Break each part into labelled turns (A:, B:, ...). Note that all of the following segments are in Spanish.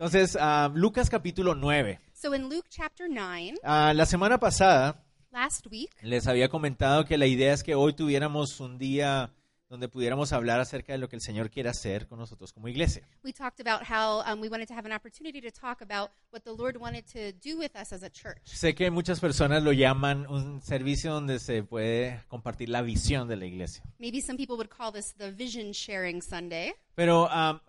A: Entonces, ah, Lucas capítulo 9.
B: So in Luke chapter 9,
A: Ah, la semana pasada
B: last week,
A: les había comentado que la idea es que hoy tuviéramos un día donde pudiéramos hablar acerca de lo que el Señor quiere hacer con nosotros como iglesia.
B: we talked about how um, we wanted to have an opportunity to talk about what the Lord wanted to do with us as a church.
A: Sé que muchas personas lo llaman un servicio donde se puede compartir la visión de la iglesia.
B: Maybe some people would call this the vision sharing Sunday.
A: Pero ah,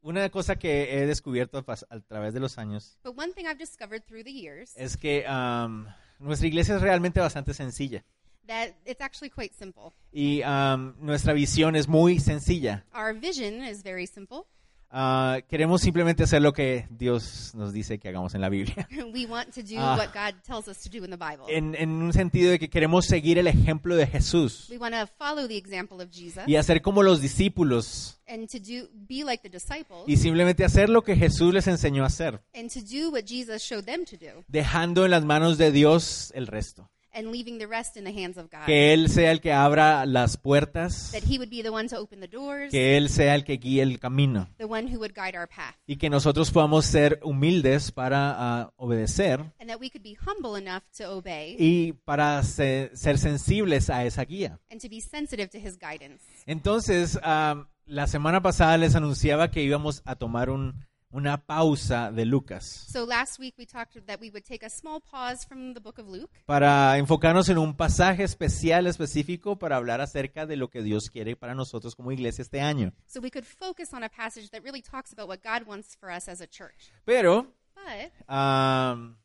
A: una cosa que he descubierto a pas- a través de los años
B: But one thing I've discovered through the years
A: es que am, nuestra iglesia es realmente bastante sencilla
B: that it's actually quite simple.
A: y am, nuestra visión es muy sencilla.
B: Our vision is very simple.
A: Ah, queremos simplemente hacer lo que Dios nos dice que hagamos en la Biblia.
B: we want to do
A: Ah.
B: what God tells us to do in the Bible.
A: En, en un sentido de que queremos seguir el ejemplo de Jesús
B: we want to follow the example of Jesus
A: y hacer como los discípulos
B: and to do be like the disciples
A: y simplemente hacer lo que Jesús les enseñó a hacer,
B: and to do what Jesus showed them to do
A: dejando en las manos de Dios el resto.
B: and leaving the rest in the hands of God.
A: Que Él sea el que abra las puertas,
B: that he would be the one to open the doors,
A: que Él sea el que guíe el camino.
B: the one who would guide our path,
A: y que nosotros podamos ser humildes para ah, obedecer
B: and that we could be humble enough to obey
A: y para se- ser sensibles a esa guía.
B: and to be sensitive to his guidance.
A: Entonces, am, la semana pasada les anunciaba que íbamos a tomar un- una pausa de Lucas
B: So last week we talked that we would take a small pause from the book of Luke
A: para enfocarnos en un pasaje especial, específico, para hablar acerca de lo que Dios quiere para nosotros como iglesia este año.
B: so we could focus on a passage that really talks about what God wants for us as a church.
A: Pero,
B: But
A: am,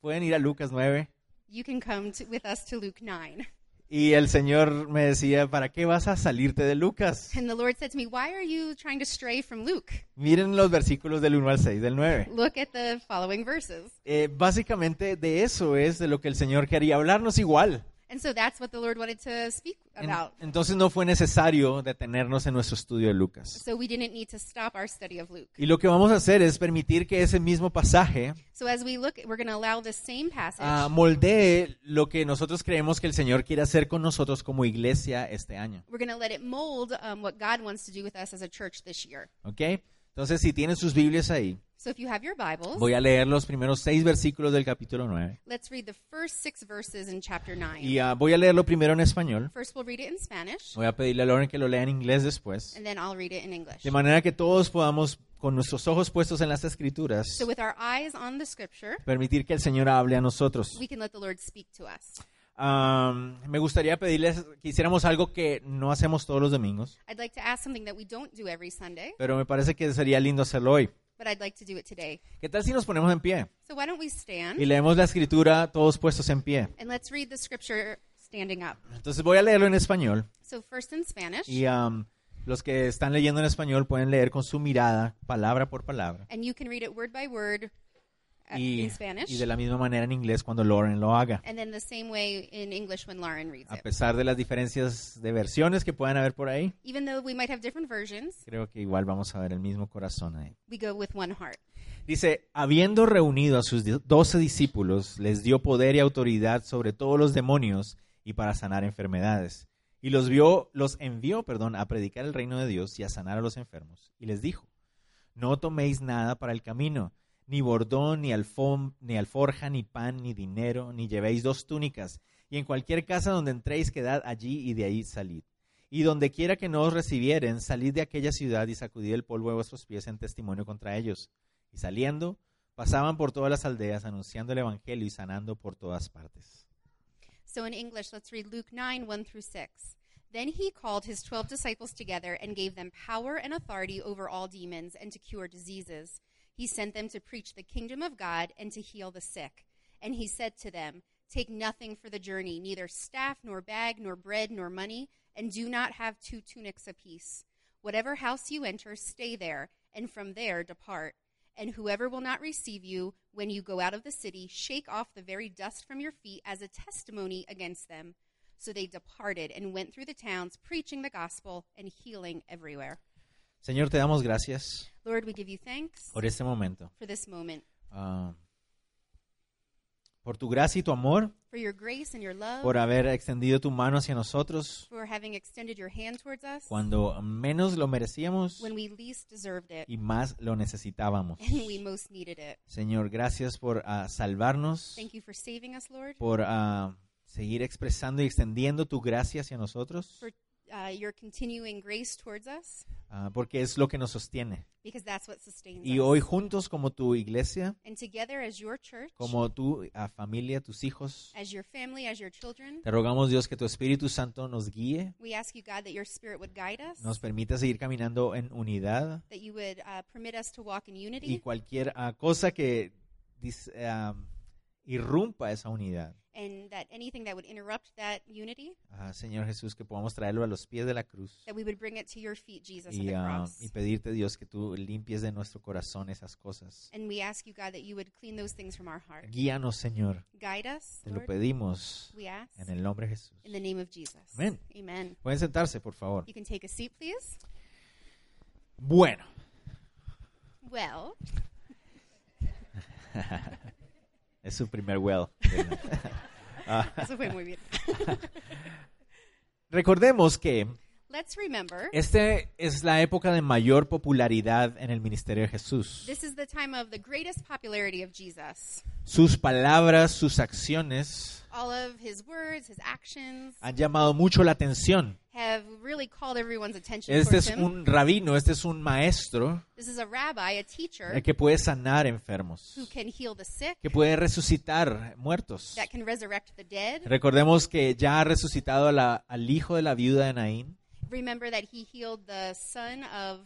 A: pueden ir a Lucas 9
B: you can come to, with us to Luke 9.
A: y el Señor me decía, ¿para qué vas a salirte de Lucas?
B: And the Lord said to me, Why are you trying to stray from Luke?
A: Miren los versículos del 1 al 6, del 9.
B: Look at the following verses.
A: Eh, básicamente de eso es de lo que el Señor quería hablarnos igual.
B: And so that's what the Lord wanted to speak
A: En-
B: about.
A: entonces no fue necesario detenernos en nuestro estudio de Lucas.
B: So we didn't need to stop our study of Luke.
A: Y lo que vamos a hacer es permitir que ese mismo pasaje
B: So as we look, we're going to allow this same passage
A: ah, moldee lo que nosotros creemos que el Señor quiere hacer con nosotros como iglesia este año.
B: we're going to let it mold um, what God wants to do with us as a church this year.
A: ¿Ok? Entonces si tienen sus Biblias ahí,
B: So if you have your Bibles,
A: voy a leer los primeros seis versículos del capítulo 9.
B: let's read the first six verses in chapter 9.
A: Y ah, voy a leerlo primero en español.
B: First, we'll read it in Spanish,
A: Voy a pedirle a Lauren que lo lea en inglés después.
B: and then I'll read it in English.
A: De manera que todos podamos, con nuestros ojos puestos en las escrituras,
B: So with our eyes on the scripture,
A: permitir que el Señor hable a nosotros.
B: we can let the Lord speak to us.
A: Am, me gustaría pedirles que hiciéramos algo que no hacemos todos los domingos,
B: I'd like to ask something that we don't do every Sunday,
A: pero me parece que sería lindo hacerlo hoy.
B: but I'd like to do it today.
A: ¿Qué tal si nos ponemos en pie
B: So why don't we
A: y
B: stand
A: leemos la escritura todos puestos en pie?
B: and let's read the scripture standing up.
A: Entonces voy a leerlo en español
B: So first in Spanish,
A: y am, los que están leyendo en español pueden leer con su mirada, palabra por palabra.
B: and you can read it word by word uh,
A: Y,
B: in Spanish.
A: y de la misma manera en inglés cuando Lauren lo haga,
B: and then the same way in English when Lauren reads
A: a
B: it.
A: pesar de las diferencias de versiones que puedan haber por ahí.
B: Even though we might have different versions,
A: Creo que igual vamos a ver el mismo corazón ahí.
B: we go with one heart.
A: Dice, habiendo reunido a sus di- doce discípulos, les dio poder y autoridad sobre todos los demonios y para sanar enfermedades. Y los, vio, los envió perdón, a predicar el reino de Dios y a sanar a los enfermos. Y les dijo, no toméis nada para el camino, ni bordón, ni, alfom, ni alforja, ni pan, ni dinero, ni llevéis dos túnicas. Y en cualquier casa donde entréis, quedad allí y de ahí salid. Y donde quiera que no os recibieren, salid de aquella ciudad y sacudid el polvo de vuestros pies en testimonio contra ellos. Y saliendo, pasaban por todas las aldeas anunciando el Evangelio y sanando por todas partes.
B: So in English, let's read Luke 9 1 through 6. Then he called his twelve disciples together and gave them power and authority over all demons and to cure diseases. He sent them to preach the kingdom of God and to heal the sick. And he said to them, Take nothing for the journey, neither staff, nor bag, nor bread, nor money, and do not have two tunics apiece. Whatever house you enter, stay there, and from there depart. And whoever will not receive you, when you go out of the city, shake off the very dust from your feet as a testimony against them. So they departed and went through the towns, preaching the gospel and healing everywhere.
A: Señor, te damos gracias
B: Lord, we give you thanks
A: por este momento.
B: for this moment.
A: Ah, por tu gracia y tu amor,
B: for your grace and your love,
A: por haber extendido tu mano hacia nosotros
B: for having extended your hand towards us
A: cuando menos lo merecíamos
B: when we least deserved it
A: y más lo necesitábamos.
B: and we most needed it.
A: Señor, gracias por ah, salvarnos,
B: Thank you for saving us, Lord,
A: por ah, seguir expresando y extendiendo tu gracia hacia nosotros,
B: For- uh, your continuing grace towards us,
A: ah, porque es lo que nos sostiene.
B: because that's what sustains
A: Y
B: us.
A: hoy juntos como tu iglesia,
B: and together as your church,
A: como tu ah, familia, tus hijos,
B: as your family, as your children,
A: te rogamos Dios que tu Espíritu Santo nos guíe,
B: we ask you, God, that your spirit would guide us,
A: nos permita seguir caminando en unidad
B: that you would uh, permit us to walk in
A: y
B: unity
A: cualquier ah, cosa que dis- ah, irrumpa esa unidad.
B: and that anything that would interrupt that unity,
A: Ah, Señor Jesús, que podamos traerlo a los pies de la cruz
B: that we would bring it to your feet, Jesus, on
A: y,
B: the
A: ah,
B: cross.
A: y pedirte, Dios, que tú limpies de nuestro corazón esas cosas.
B: and we ask you, God, that you would clean those things from our heart.
A: Guíanos, Señor.
B: Guide us,
A: Te lo
B: Lord,
A: pedimos
B: we ask,
A: en el nombre de Jesús.
B: in the name of Jesus.
A: Amén.
B: Amen.
A: Pueden sentarse, por favor.
B: You can take a seat, please.
A: Bueno,
B: Well,
A: es su primer well.
B: eso fue muy bien.
A: Recordemos que
B: Let's remember
A: esta Este es la época de mayor popularidad en el ministerio de Jesús.
B: This is the time of the greatest popularity of Jesus.
A: Sus palabras, sus acciones
B: All of his words, his actions
A: han llamado mucho la atención.
B: have really called everyone's attention
A: Este
B: towards
A: es
B: him.
A: un rabino, este es un maestro
B: This is a rabbi, a
A: eh,
B: teacher
A: que puede sanar
B: who
A: enfermos,
B: can heal the sick,
A: que puede resucitar muertos.
B: that can resurrect the dead.
A: Recordemos que ya ha resucitado a la- al hijo de la viuda de Naín.
B: Remember that he healed the son of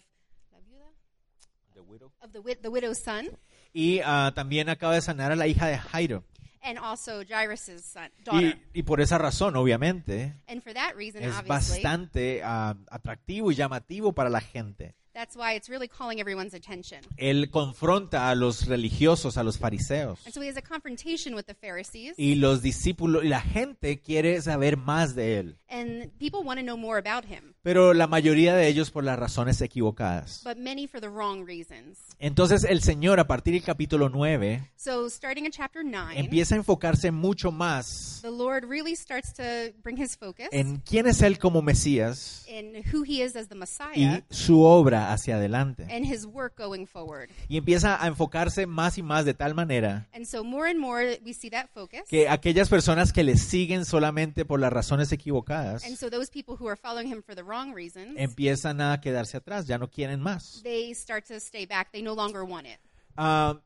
B: la viuda? of the, wid- the widow's son
A: Y ah, también acaba de sanar a la hija de Jairo.
B: and also Jairus's son, daughter.
A: Y, y por esa razón, obviamente,
B: and for that reason,
A: es
B: obviously,
A: bastante ah, atractivo y llamativo para la gente.
B: that's why it's really calling everyone's attention.
A: Él confronta a los religiosos, a los fariseos.
B: And so he has a confrontation with the Pharisees,
A: Y los discípulos y la gente quiere saber más de él.
B: and people want to know more about him.
A: Pero la mayoría de ellos por las razones equivocadas.
B: but many for the wrong reasons.
A: Entonces el Señor, a partir del capítulo 9,
B: So, starting in chapter 9,
A: empieza a enfocarse mucho más
B: the Lord really starts to bring his focus
A: en quién es Él como Mesías
B: in who he is as the Messiah
A: y su obra hacia adelante.
B: and his work going forward.
A: Y empieza a enfocarse más y más de tal manera
B: And so, more and more, we see that focus.
A: que aquellas personas que le siguen solamente por las razones equivocadas
B: And so, those people who are following him for the wrong reasons,
A: empiezan a quedarse atrás, ya no quieren más.
B: they start to stay back. They no longer want it.
A: Ah,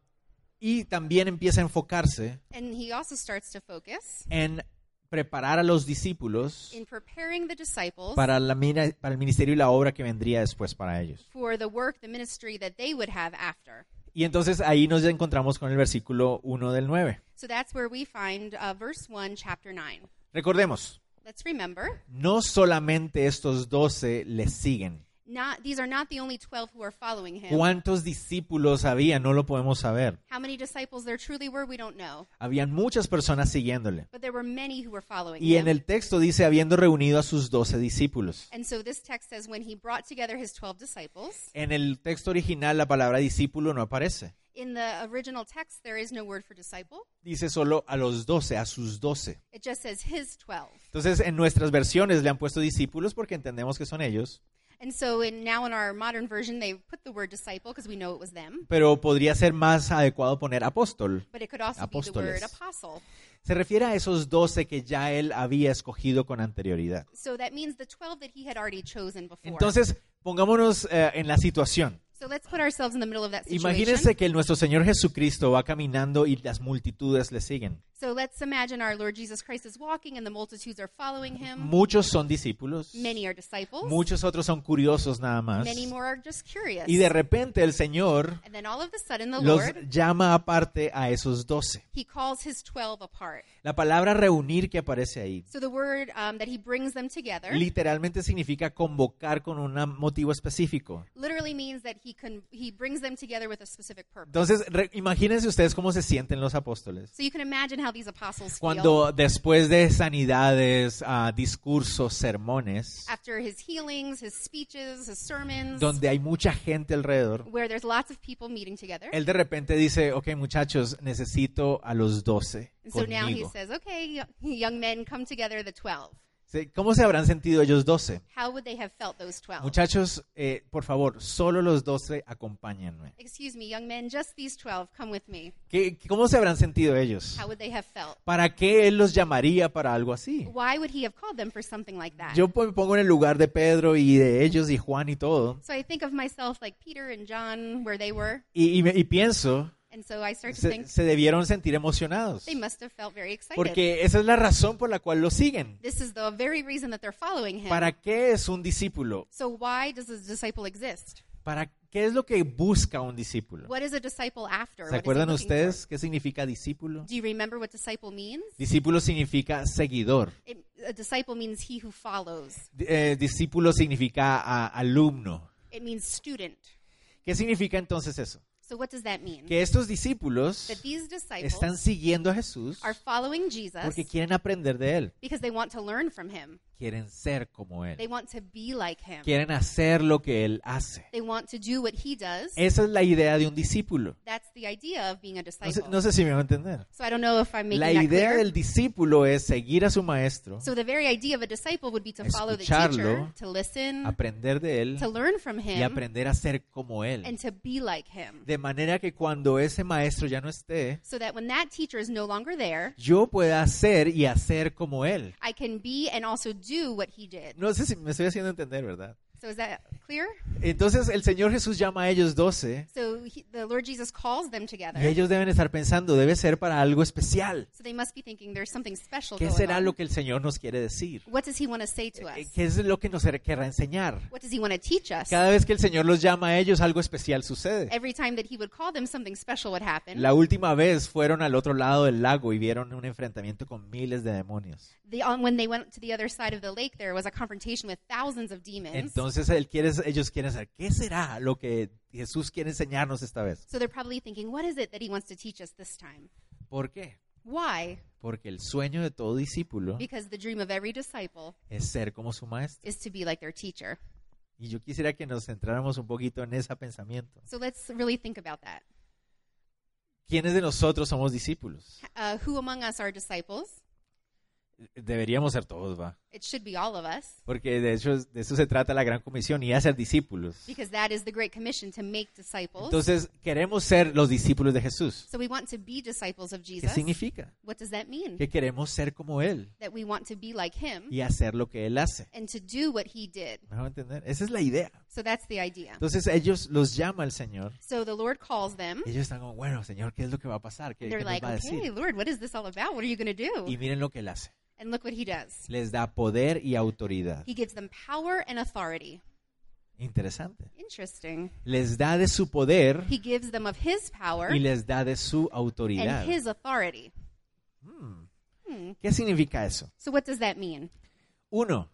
A: y también empieza a enfocarse
B: And he also starts to focus
A: en preparar a los discípulos
B: in preparing the disciples
A: para, la, mina- para el ministerio y la obra que vendría después para ellos.
B: for the work, the ministry that they would have after.
A: Y entonces ahí nos encontramos con el versículo 1 del 9.
B: So, that's where we find uh, verse 1, chapter 9.
A: Recordemos,
B: Let's remember
A: no solamente estos doce le siguen.
B: not these are not the only 12 who are following him
A: ¿Cuántos discípulos había? No lo podemos saber.
B: how many disciples there truly were we don't know
A: Habían muchas personas siguiéndole.
B: but there were many who were following
A: Y
B: him
A: en el texto dice, habiendo reunido a sus doce discípulos.
B: and so this text says when he brought together his 12 disciples
A: En el texto original la palabra discípulo no aparece.
B: in the original text there is no word for disciple
A: Dice solo a los doce, a sus doce.
B: it just says his 12
A: Entonces en nuestras versiones le han puesto discípulos porque entendemos que son ellos,
B: and so in now in our modern version they put the word disciple because we know it was them
A: pero podría ser más adecuado poner apóstol.
B: but it could also be the
A: Apóstoles.
B: word apostle
A: Se refiere a esos doce que ya él había escogido con anterioridad.
B: so that means the 12 that he had already chosen before
A: Entonces, pongámonos eh, en la situación.
B: so let's put ourselves in the middle of that situation
A: Imagínense que el- nuestro Señor Jesucristo va caminando y las multitudes le siguen.
B: so let's imagine our lord jesus christ is walking and the multitudes are following him
A: Muchos son discípulos,
B: Many are disciples.
A: muchos otros son curiosos nada más.
B: Many more are just curious.
A: Y de repente el Señor
B: and then all of a sudden, the
A: los
B: Lord,
A: llama aparte a esos doce.
B: he calls his 12 apart.
A: La palabra reunir que aparece ahí
B: So the word um, that he brings them together
A: literalmente significa convocar con un motivo específico.
B: literally means that he, con- he brings them together with a specific purpose.
A: Entonces, re- imagínense ustedes cómo se sienten los apóstoles.
B: So you can imagine how how these apostles feel
A: Cuando después de sanidades, ah, discursos, sermones,
B: after his healings, his speeches, his sermons,
A: donde hay mucha gente alrededor,
B: where there's lots of people meeting together.
A: él de repente dice, ok muchachos, necesito a los doce
B: And so now he
A: conmigo.
B: says, okay, y- young men, come together, the 12.
A: Sí, ¿Cómo se habrán sentido ellos doce?
B: How would they have felt, those 12?
A: Muchachos, eh, por favor, solo los doce acompáñenme.
B: Excuse me, young men, just these 12, come with me.
A: ¿Qué- ¿Cómo se habrán sentido ellos?
B: How would they have felt?
A: ¿Para qué él los llamaría para algo así?
B: Why would he have called them for something like that?
A: Yo po- me pongo en el lugar de Pedro y de ellos y Juan y todo.
B: So I think of myself like Peter and John, where they were.
A: Y, y me- y pienso,
B: And so I start to
A: se,
B: think
A: se debieron sentir emocionados.
B: they must have felt very excited.
A: Porque esa es la razón por la cual lo siguen.
B: This is the very reason that they're following him.
A: ¿Para qué es un discípulo?
B: So why does a disciple exist?
A: ¿Para qué es lo que busca un discípulo?
B: What is a disciple after?
A: ¿Se
B: What is he
A: acuerdan
B: looking for?
A: ustedes qué significa discípulo?
B: Do you remember what disciple means?
A: Discípulo significa seguidor.
B: It, a disciple means he who follows.
A: Di- eh, discípulo significa ah, alumno.
B: It means student.
A: ¿Qué significa entonces eso?
B: So what does that mean?
A: Que estos discípulos
B: That these disciples
A: están siguiendo a Jesús
B: are following Jesus
A: porque quieren aprender de él,
B: because they want to learn from him.
A: quieren ser como él.
B: They want to be like him.
A: quieren hacer lo que él hace.
B: They want to do what he does.
A: Esa es la idea de un discípulo.
B: That's the idea of being a
A: No sé,
B: disciple.
A: no sé si me van a entender.
B: So I don't know if I'm making
A: La
B: that
A: idea
B: clear.
A: del discípulo es seguir a su maestro,
B: So the very idea of a disciple would be to follow the teacher,
A: Escucharlo.
B: to listen,
A: aprender de él
B: to learn from
A: y
B: mm, him,
A: aprender a ser como
B: and
A: él.
B: to be like him.
A: De manera que cuando ese maestro ya no esté,
B: So that when that teacher is no longer there,
A: yo pueda hacer y hacer como él.
B: I can be and also do what he did.
A: No sé si me estoy haciendo entender, ¿verdad?
B: So is that clear?
A: Entonces el Señor Jesús llama a ellos doce
B: So he, the Lord Jesus calls them
A: y
B: together.
A: ellos deben estar pensando, debe ser para algo especial.
B: So they must be thinking there's something special
A: ¿Qué
B: going
A: será
B: on.
A: lo que el Señor nos quiere decir?
B: What does he want to say to
A: Eh,
B: us?
A: ¿Qué es lo que nos querrá enseñar?
B: What does he want to teach us?
A: Cada vez que el Señor los llama a ellos, algo especial sucede.
B: Every time that he would call them, something special would happen.
A: La última vez fueron al otro lado del lago y vieron un enfrentamiento con miles de demonios.
B: The, on, when they went to the other side of the lake, there was a confrontation with thousands of demons.
A: Entonces él quiere, ellos quieren saber, ¿qué será lo que Jesús quiere enseñarnos esta vez?
B: So they're probably thinking, what is it that he wants to teach us this time?
A: ¿Por qué?
B: Why?
A: Porque el sueño de todo discípulo
B: Because the dream of every disciple
A: es ser como su maestro.
B: is to be like their teacher.
A: Y yo quisiera que nos centráramos un poquito en ese pensamiento.
B: So let's really think about that.
A: ¿Quiénes de nosotros somos discípulos?
B: Uh, who among us are disciples?
A: Deberíamos ser todos, va.
B: It should be all of us,
A: Porque de hecho de eso se trata la gran comisión y hacer discípulos.
B: because that is the Great Commission to make disciples.
A: Entonces, queremos ser los discípulos de Jesús.
B: so we want to be disciples of
A: ¿Qué
B: Jesus.
A: significa?
B: What does that mean?
A: Que queremos ser como Él
B: That we want to be like him
A: y hacer lo que Él hace.
B: and to do what he did.
A: ¿Me van a entender? Esa es la idea.
B: So that's the idea.
A: Entonces, ellos los llama el Señor.
B: So the Lord calls them.
A: Ellos están como, bueno, Señor, ¿qué es lo que va a pasar? ¿Qué,
B: And
A: qué
B: they're
A: nos
B: like,
A: va a
B: okay,
A: decir?
B: Lord, what is this all about? What are you going to do?
A: Y miren lo que Él hace.
B: And look what he does.
A: Les da poder y autoridad.
B: He gives them power and authority.
A: Interesante.
B: Interesting.
A: Les da de su poder
B: He gives them of his power
A: y les da de su
B: and
A: autoridad.
B: his authority.
A: ¿Qué significa eso?
B: So what does that mean?
A: Uno,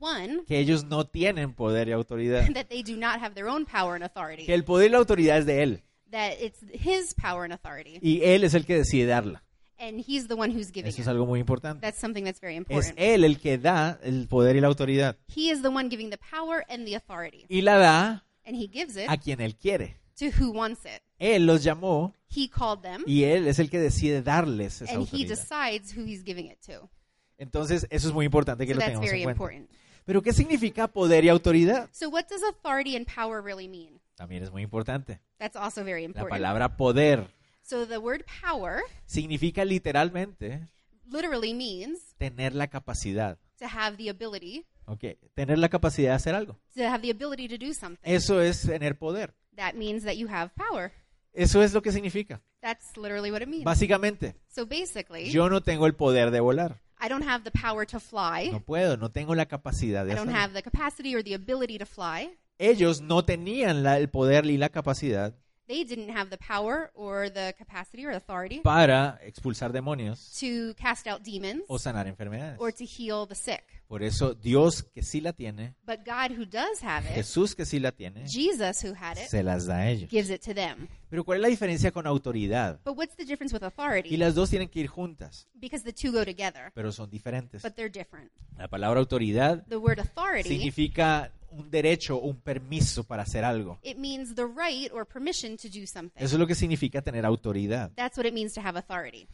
B: One,
A: que ellos no tienen poder y autoridad.
B: that they do not have their own power and authority.
A: Que el poder y la autoridad es de Él.
B: That it's his power and authority.
A: Y Él es el que decide darla.
B: And he's the one who's giving
A: Eso es
B: it.
A: algo muy importante.
B: That's something that's very
A: Es
B: important.
A: Él el que da el poder y la autoridad.
B: He is the one giving the power and the authority.
A: Y la da
B: And he gives it
A: a quien Él quiere.
B: to who wants it.
A: Él los llamó
B: He called them
A: y Él es el que decide darles esa
B: and he
A: autoridad.
B: decides who he's giving it to.
A: Entonces, eso es muy importante que
B: So
A: lo
B: that's
A: tengamos
B: very
A: en cuenta.
B: important.
A: Pero, ¿qué significa poder y autoridad?
B: So what does authority and power really mean?
A: También es muy importante.
B: That's also very
A: La
B: important.
A: palabra poder
B: So the word power
A: significa literalmente
B: literally means
A: tener la capacidad.
B: to have the ability,
A: ¿ok? Tener la capacidad de hacer algo.
B: to have the ability to do something.
A: Eso es tener poder.
B: That means that you have power.
A: Eso es lo que significa.
B: That's literally what it means.
A: Básicamente,
B: So basically,
A: yo no tengo el poder de volar.
B: I don't have the power to fly.
A: No puedo, no tengo la capacidad de
B: I don't
A: hacerlo.
B: have the capacity or the ability to fly.
A: ellos no tenían la- el poder y la capacidad
B: They didn't have the power or the capacity or authority
A: para expulsar demonios
B: to cast out demons
A: o sanar enfermedades.
B: or to heal the sick.
A: Por eso Dios que sí la tiene,
B: But God, who does have it,
A: Jesús que sí la tiene,
B: Jesus, who had it,
A: se las da a ellos.
B: gives it to them.
A: Pero ¿cuál es la diferencia con autoridad?
B: But what's the difference with
A: Y
B: authority?
A: las dos tienen que ir juntas,
B: Because the two go together,
A: pero son diferentes.
B: but they're different.
A: La palabra autoridad
B: The word authority,
A: significa un derecho, un permiso para hacer algo.
B: it means the right or permission to do something.
A: Eso es lo que significa tener autoridad.
B: That's what it means to have authority.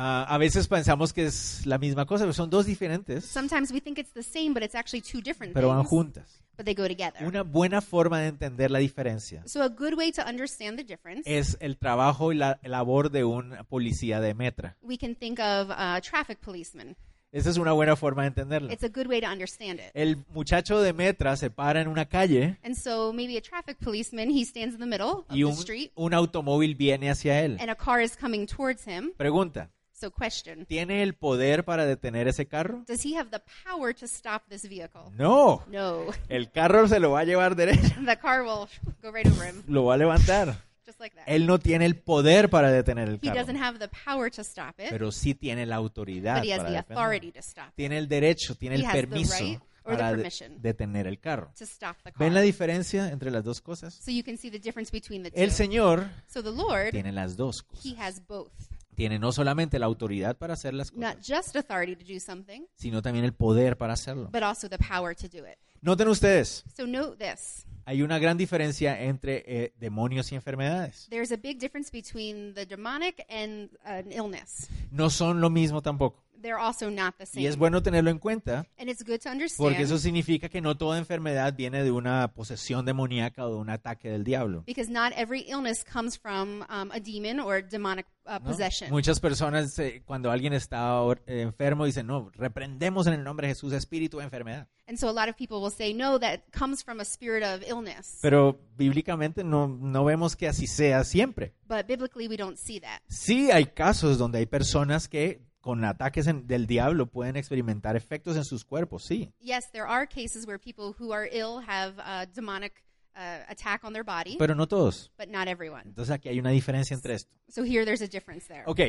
A: Ah, a veces pensamos que es la misma cosa, pero son dos diferentes,
B: Sometimes we think it's the same, but it's actually two different
A: pero van
B: things,
A: juntas.
B: but they go together.
A: Una buena forma de entender la diferencia
B: So, a good way to understand the difference,
A: es el trabajo y la labor de un policía de metra.
B: we can think of a traffic policeman.
A: Esa es una buena forma de entenderlo.
B: It's a good way to understand it.
A: El muchacho de metra se para en una calle
B: And so, maybe a traffic policeman, he stands in the middle of
A: y
B: the
A: un,
B: street,
A: un automóvil viene hacia él.
B: and a car is coming towards him.
A: Pregunta,
B: So, question
A: ¿tiene el poder para detener ese carro?
B: Does he have the power to stop this vehicle?
A: No,
B: No.
A: el carro se lo va a llevar derecho,
B: The car will go right over him,
A: lo va a levantar.
B: just like that.
A: Él no tiene el poder para detener el
B: He doesn't
A: carro,
B: have the power to stop it,
A: pero sí tiene la autoridad
B: ¿Eh? but he has
A: para
B: the
A: detenerlo.
B: authority to stop it,
A: Tiene el derecho, tiene
B: He
A: el
B: has the
A: permiso
B: right or the
A: para de-
B: permission.
A: detener el carro.
B: to stop the
A: ¿Ven la
B: car.
A: diferencia entre las dos cosas?
B: So, you can see the difference between the
A: El
B: two.
A: Señor
B: So, the Lord,
A: tiene las dos
B: he
A: cosas.
B: has both.
A: Tiene no solamente la autoridad para hacer las cosas,
B: not just authority to do something,
A: sino también el poder para hacerlo.
B: but also the power to do it.
A: Noten ustedes,
B: So note this.
A: hay una gran diferencia entre eh, demonios y enfermedades.
B: There's a big difference between the demonic and an illness.
A: No son lo mismo tampoco.
B: They're also not the
A: Y es
B: same.
A: bueno tenerlo en cuenta
B: And it's good to
A: porque eso
B: understand
A: significa que no toda enfermedad viene de una posesión demoníaca o de un ataque del diablo.
B: because not every illness comes from um, a demon or demonic uh,
A: ¿no?
B: possession.
A: Muchas personas, eh, cuando alguien está or- eh, enfermo, dicen, no, reprendemos en el nombre de Jesús espíritu de enfermedad.
B: And so a lot of people will say, no, that comes from a spirit of illness.
A: Pero bíblicamente no, no vemos que así sea siempre.
B: But biblically, we don't see that.
A: Sí hay casos donde hay personas que con ataques en- del diablo pueden experimentar efectos en sus cuerpos, sí.
B: Yes, there are cases where people who are ill have a demonic uh, attack on their body,
A: Pero no todos.
B: but not everyone.
A: Entonces aquí hay una diferencia entre esto.
B: So here there's a difference there.
A: Ok.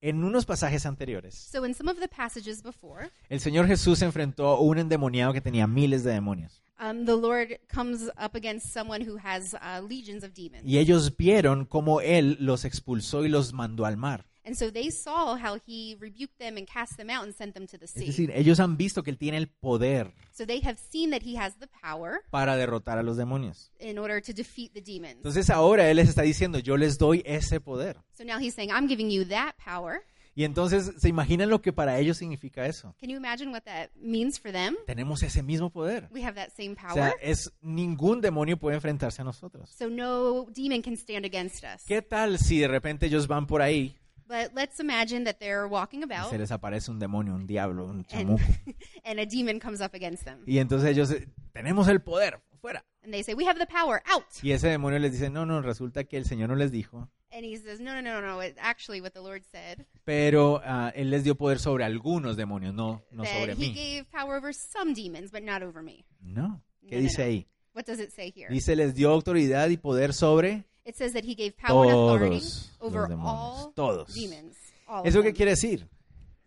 A: En unos pasajes anteriores,
B: So in some of the passages before,
A: el Señor Jesús enfrentó a un endemoniado que tenía miles de demonios.
B: um, the Lord comes up against someone who has uh, legions of demons.
A: Y ellos vieron cómo Él los expulsó y los mandó al mar.
B: And so they saw how he rebuked them and cast them out and sent them to the sea.
A: Es decir, ellos han visto que Él tiene el poder
B: so they have seen that he has the power
A: para derrotar a los demonios.
B: in order to defeat the demons.
A: Entonces ahora Él les está diciendo, yo les doy ese poder.
B: so now he's saying, I'm giving you that power.
A: Y entonces, ¿se imaginan lo que para ellos significa eso?
B: Can you imagine what that means for them?
A: Tenemos ese mismo poder.
B: We have that same power.
A: O sea, es ningún demonio puede enfrentarse a nosotros.
B: so no demon can stand against us.
A: ¿Qué tal si de repente ellos van por ahí
B: But let's imagine that they're walking
A: y
B: about
A: se les aparece un demonio, un diablo, un
B: and,
A: chamuco?
B: and a demon comes up against them.
A: Y entonces ellos, eh, tenemos el poder, fuera.
B: And they say, We have the power, out.
A: Y ese demonio les dice, no, no, resulta que el Señor no les dijo,
B: And he says, No, no, no, no. It's actually what the Lord said.
A: pero ah, Él les dio poder sobre algunos demonios, no, no
B: that
A: sobre
B: he
A: mí.
B: gave power over some demons, but not over me.
A: No. ¿Qué
B: No, no,
A: dice
B: no.
A: ahí?
B: What does it say here?
A: Dice, les dio autoridad y poder sobre
B: It says that he gave power and authority
A: todos
B: over
A: los demonios.
B: all
A: Todos.
B: demons. All of
A: ¿Eso qué
B: them.
A: quiere decir?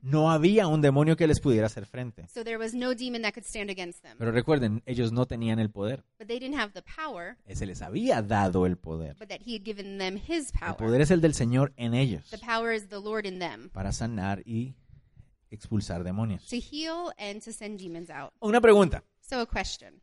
A: No había un demonio que les pudiera hacer frente.
B: So there was no demon that could stand against them.
A: Pero recuerden, ellos no tenían el poder. Eh,
B: But they didn't have the power,
A: Se les había dado el poder.
B: but that he had given them his
A: El
B: power.
A: poder es el del Señor en ellos
B: The power is the Lord in them
A: para sanar y expulsar demonios.
B: to heal and to send demons out.
A: Una pregunta.
B: So a question.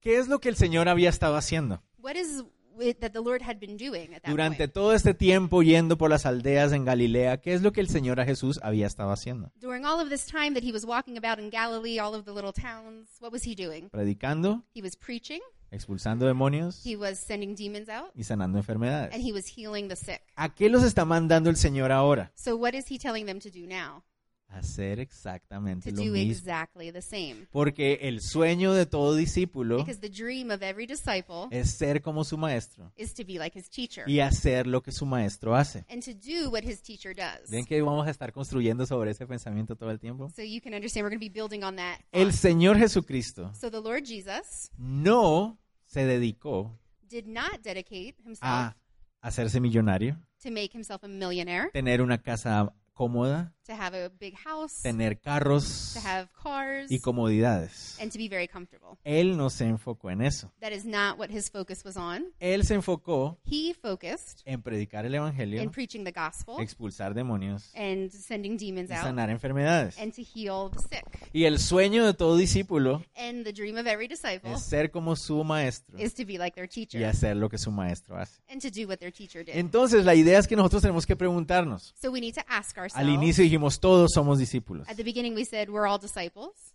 A: ¿Qué es lo que el Señor había estado haciendo?
B: What is it that the Lord had been doing at that
A: Durante
B: point?
A: todo este tiempo yendo por las aldeas en Galilea, ¿qué es lo que el Señor a Jesús había estado haciendo?
B: During all of this time that he was walking about in Galilee, all of the little towns, what was he doing?
A: Predicando,
B: He was preaching,
A: expulsando demonios
B: he was sending demons out,
A: y sanando enfermedades.
B: and he was healing the sick.
A: ¿A qué los está mandando el Señor ahora?
B: So what is he telling them to do now?
A: A hacer
B: To
A: exactamente lo
B: do
A: mismo.
B: exactly the same.
A: Porque el sueño de todo discípulo
B: Because the dream of every disciple
A: es ser como su maestro
B: is to be like his teacher
A: y hacer lo que su maestro hace.
B: and to do what his teacher does.
A: ¿Ven que vamos a estar construyendo sobre ese pensamiento todo el tiempo?
B: So you can understand we're going to be building on that.
A: El Señor Jesucristo
B: So the Lord Jesus
A: no se dedicó
B: did not dedicate himself
A: a hacerse millonario,
B: to make himself a millionaire,
A: tener una casa cómoda,
B: to have a big house,
A: tener carros
B: to have cars,
A: y comodidades.
B: and to be very comfortable.
A: Él no se enfocó en eso.
B: That is not what his focus was on.
A: Él se enfocó
B: He focused
A: en predicar el
B: in
A: evangelio,
B: preaching the gospel
A: expulsar demonios
B: and sending demons
A: y
B: out
A: sanar enfermedades.
B: and to heal the sick.
A: Y el sueño de todo discípulo
B: And the dream of every disciple
A: es ser como su maestro
B: is to be like their
A: y
B: teacher
A: hacer lo que su maestro hace.
B: and to do what their teacher did.
A: Entonces, la idea es que nosotros tenemos que preguntarnos.
B: So we need to ask
A: Al
B: ourselves.
A: inicio dijimos, todos somos discípulos.
B: At the beginning, we said, We're all disciples.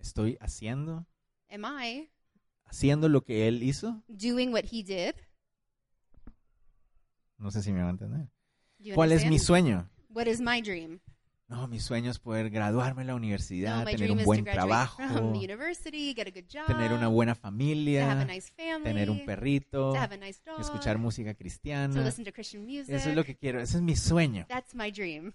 A: ¿Estoy haciendo,
B: Am I
A: haciendo lo que él hizo?
B: doing what he did?
A: No sé si me va a entender.
B: Do you
A: ¿Cuál es mi
B: understand?
A: sueño?
B: What is my dream?
A: No, mi sueño es poder graduarme en la
B: No,
A: universidad,
B: my
A: tener
B: dream
A: un
B: is to
A: buen
B: graduate
A: trabajo,
B: from the university, get a good job,
A: tener una buena
B: to have a
A: familia,
B: nice family,
A: tener un perrito,
B: to have a nice dog,
A: escuchar música
B: to
A: cristiana.
B: listen to Christian music.
A: Eso es lo que quiero, ese es mi sueño.
B: That's my dream.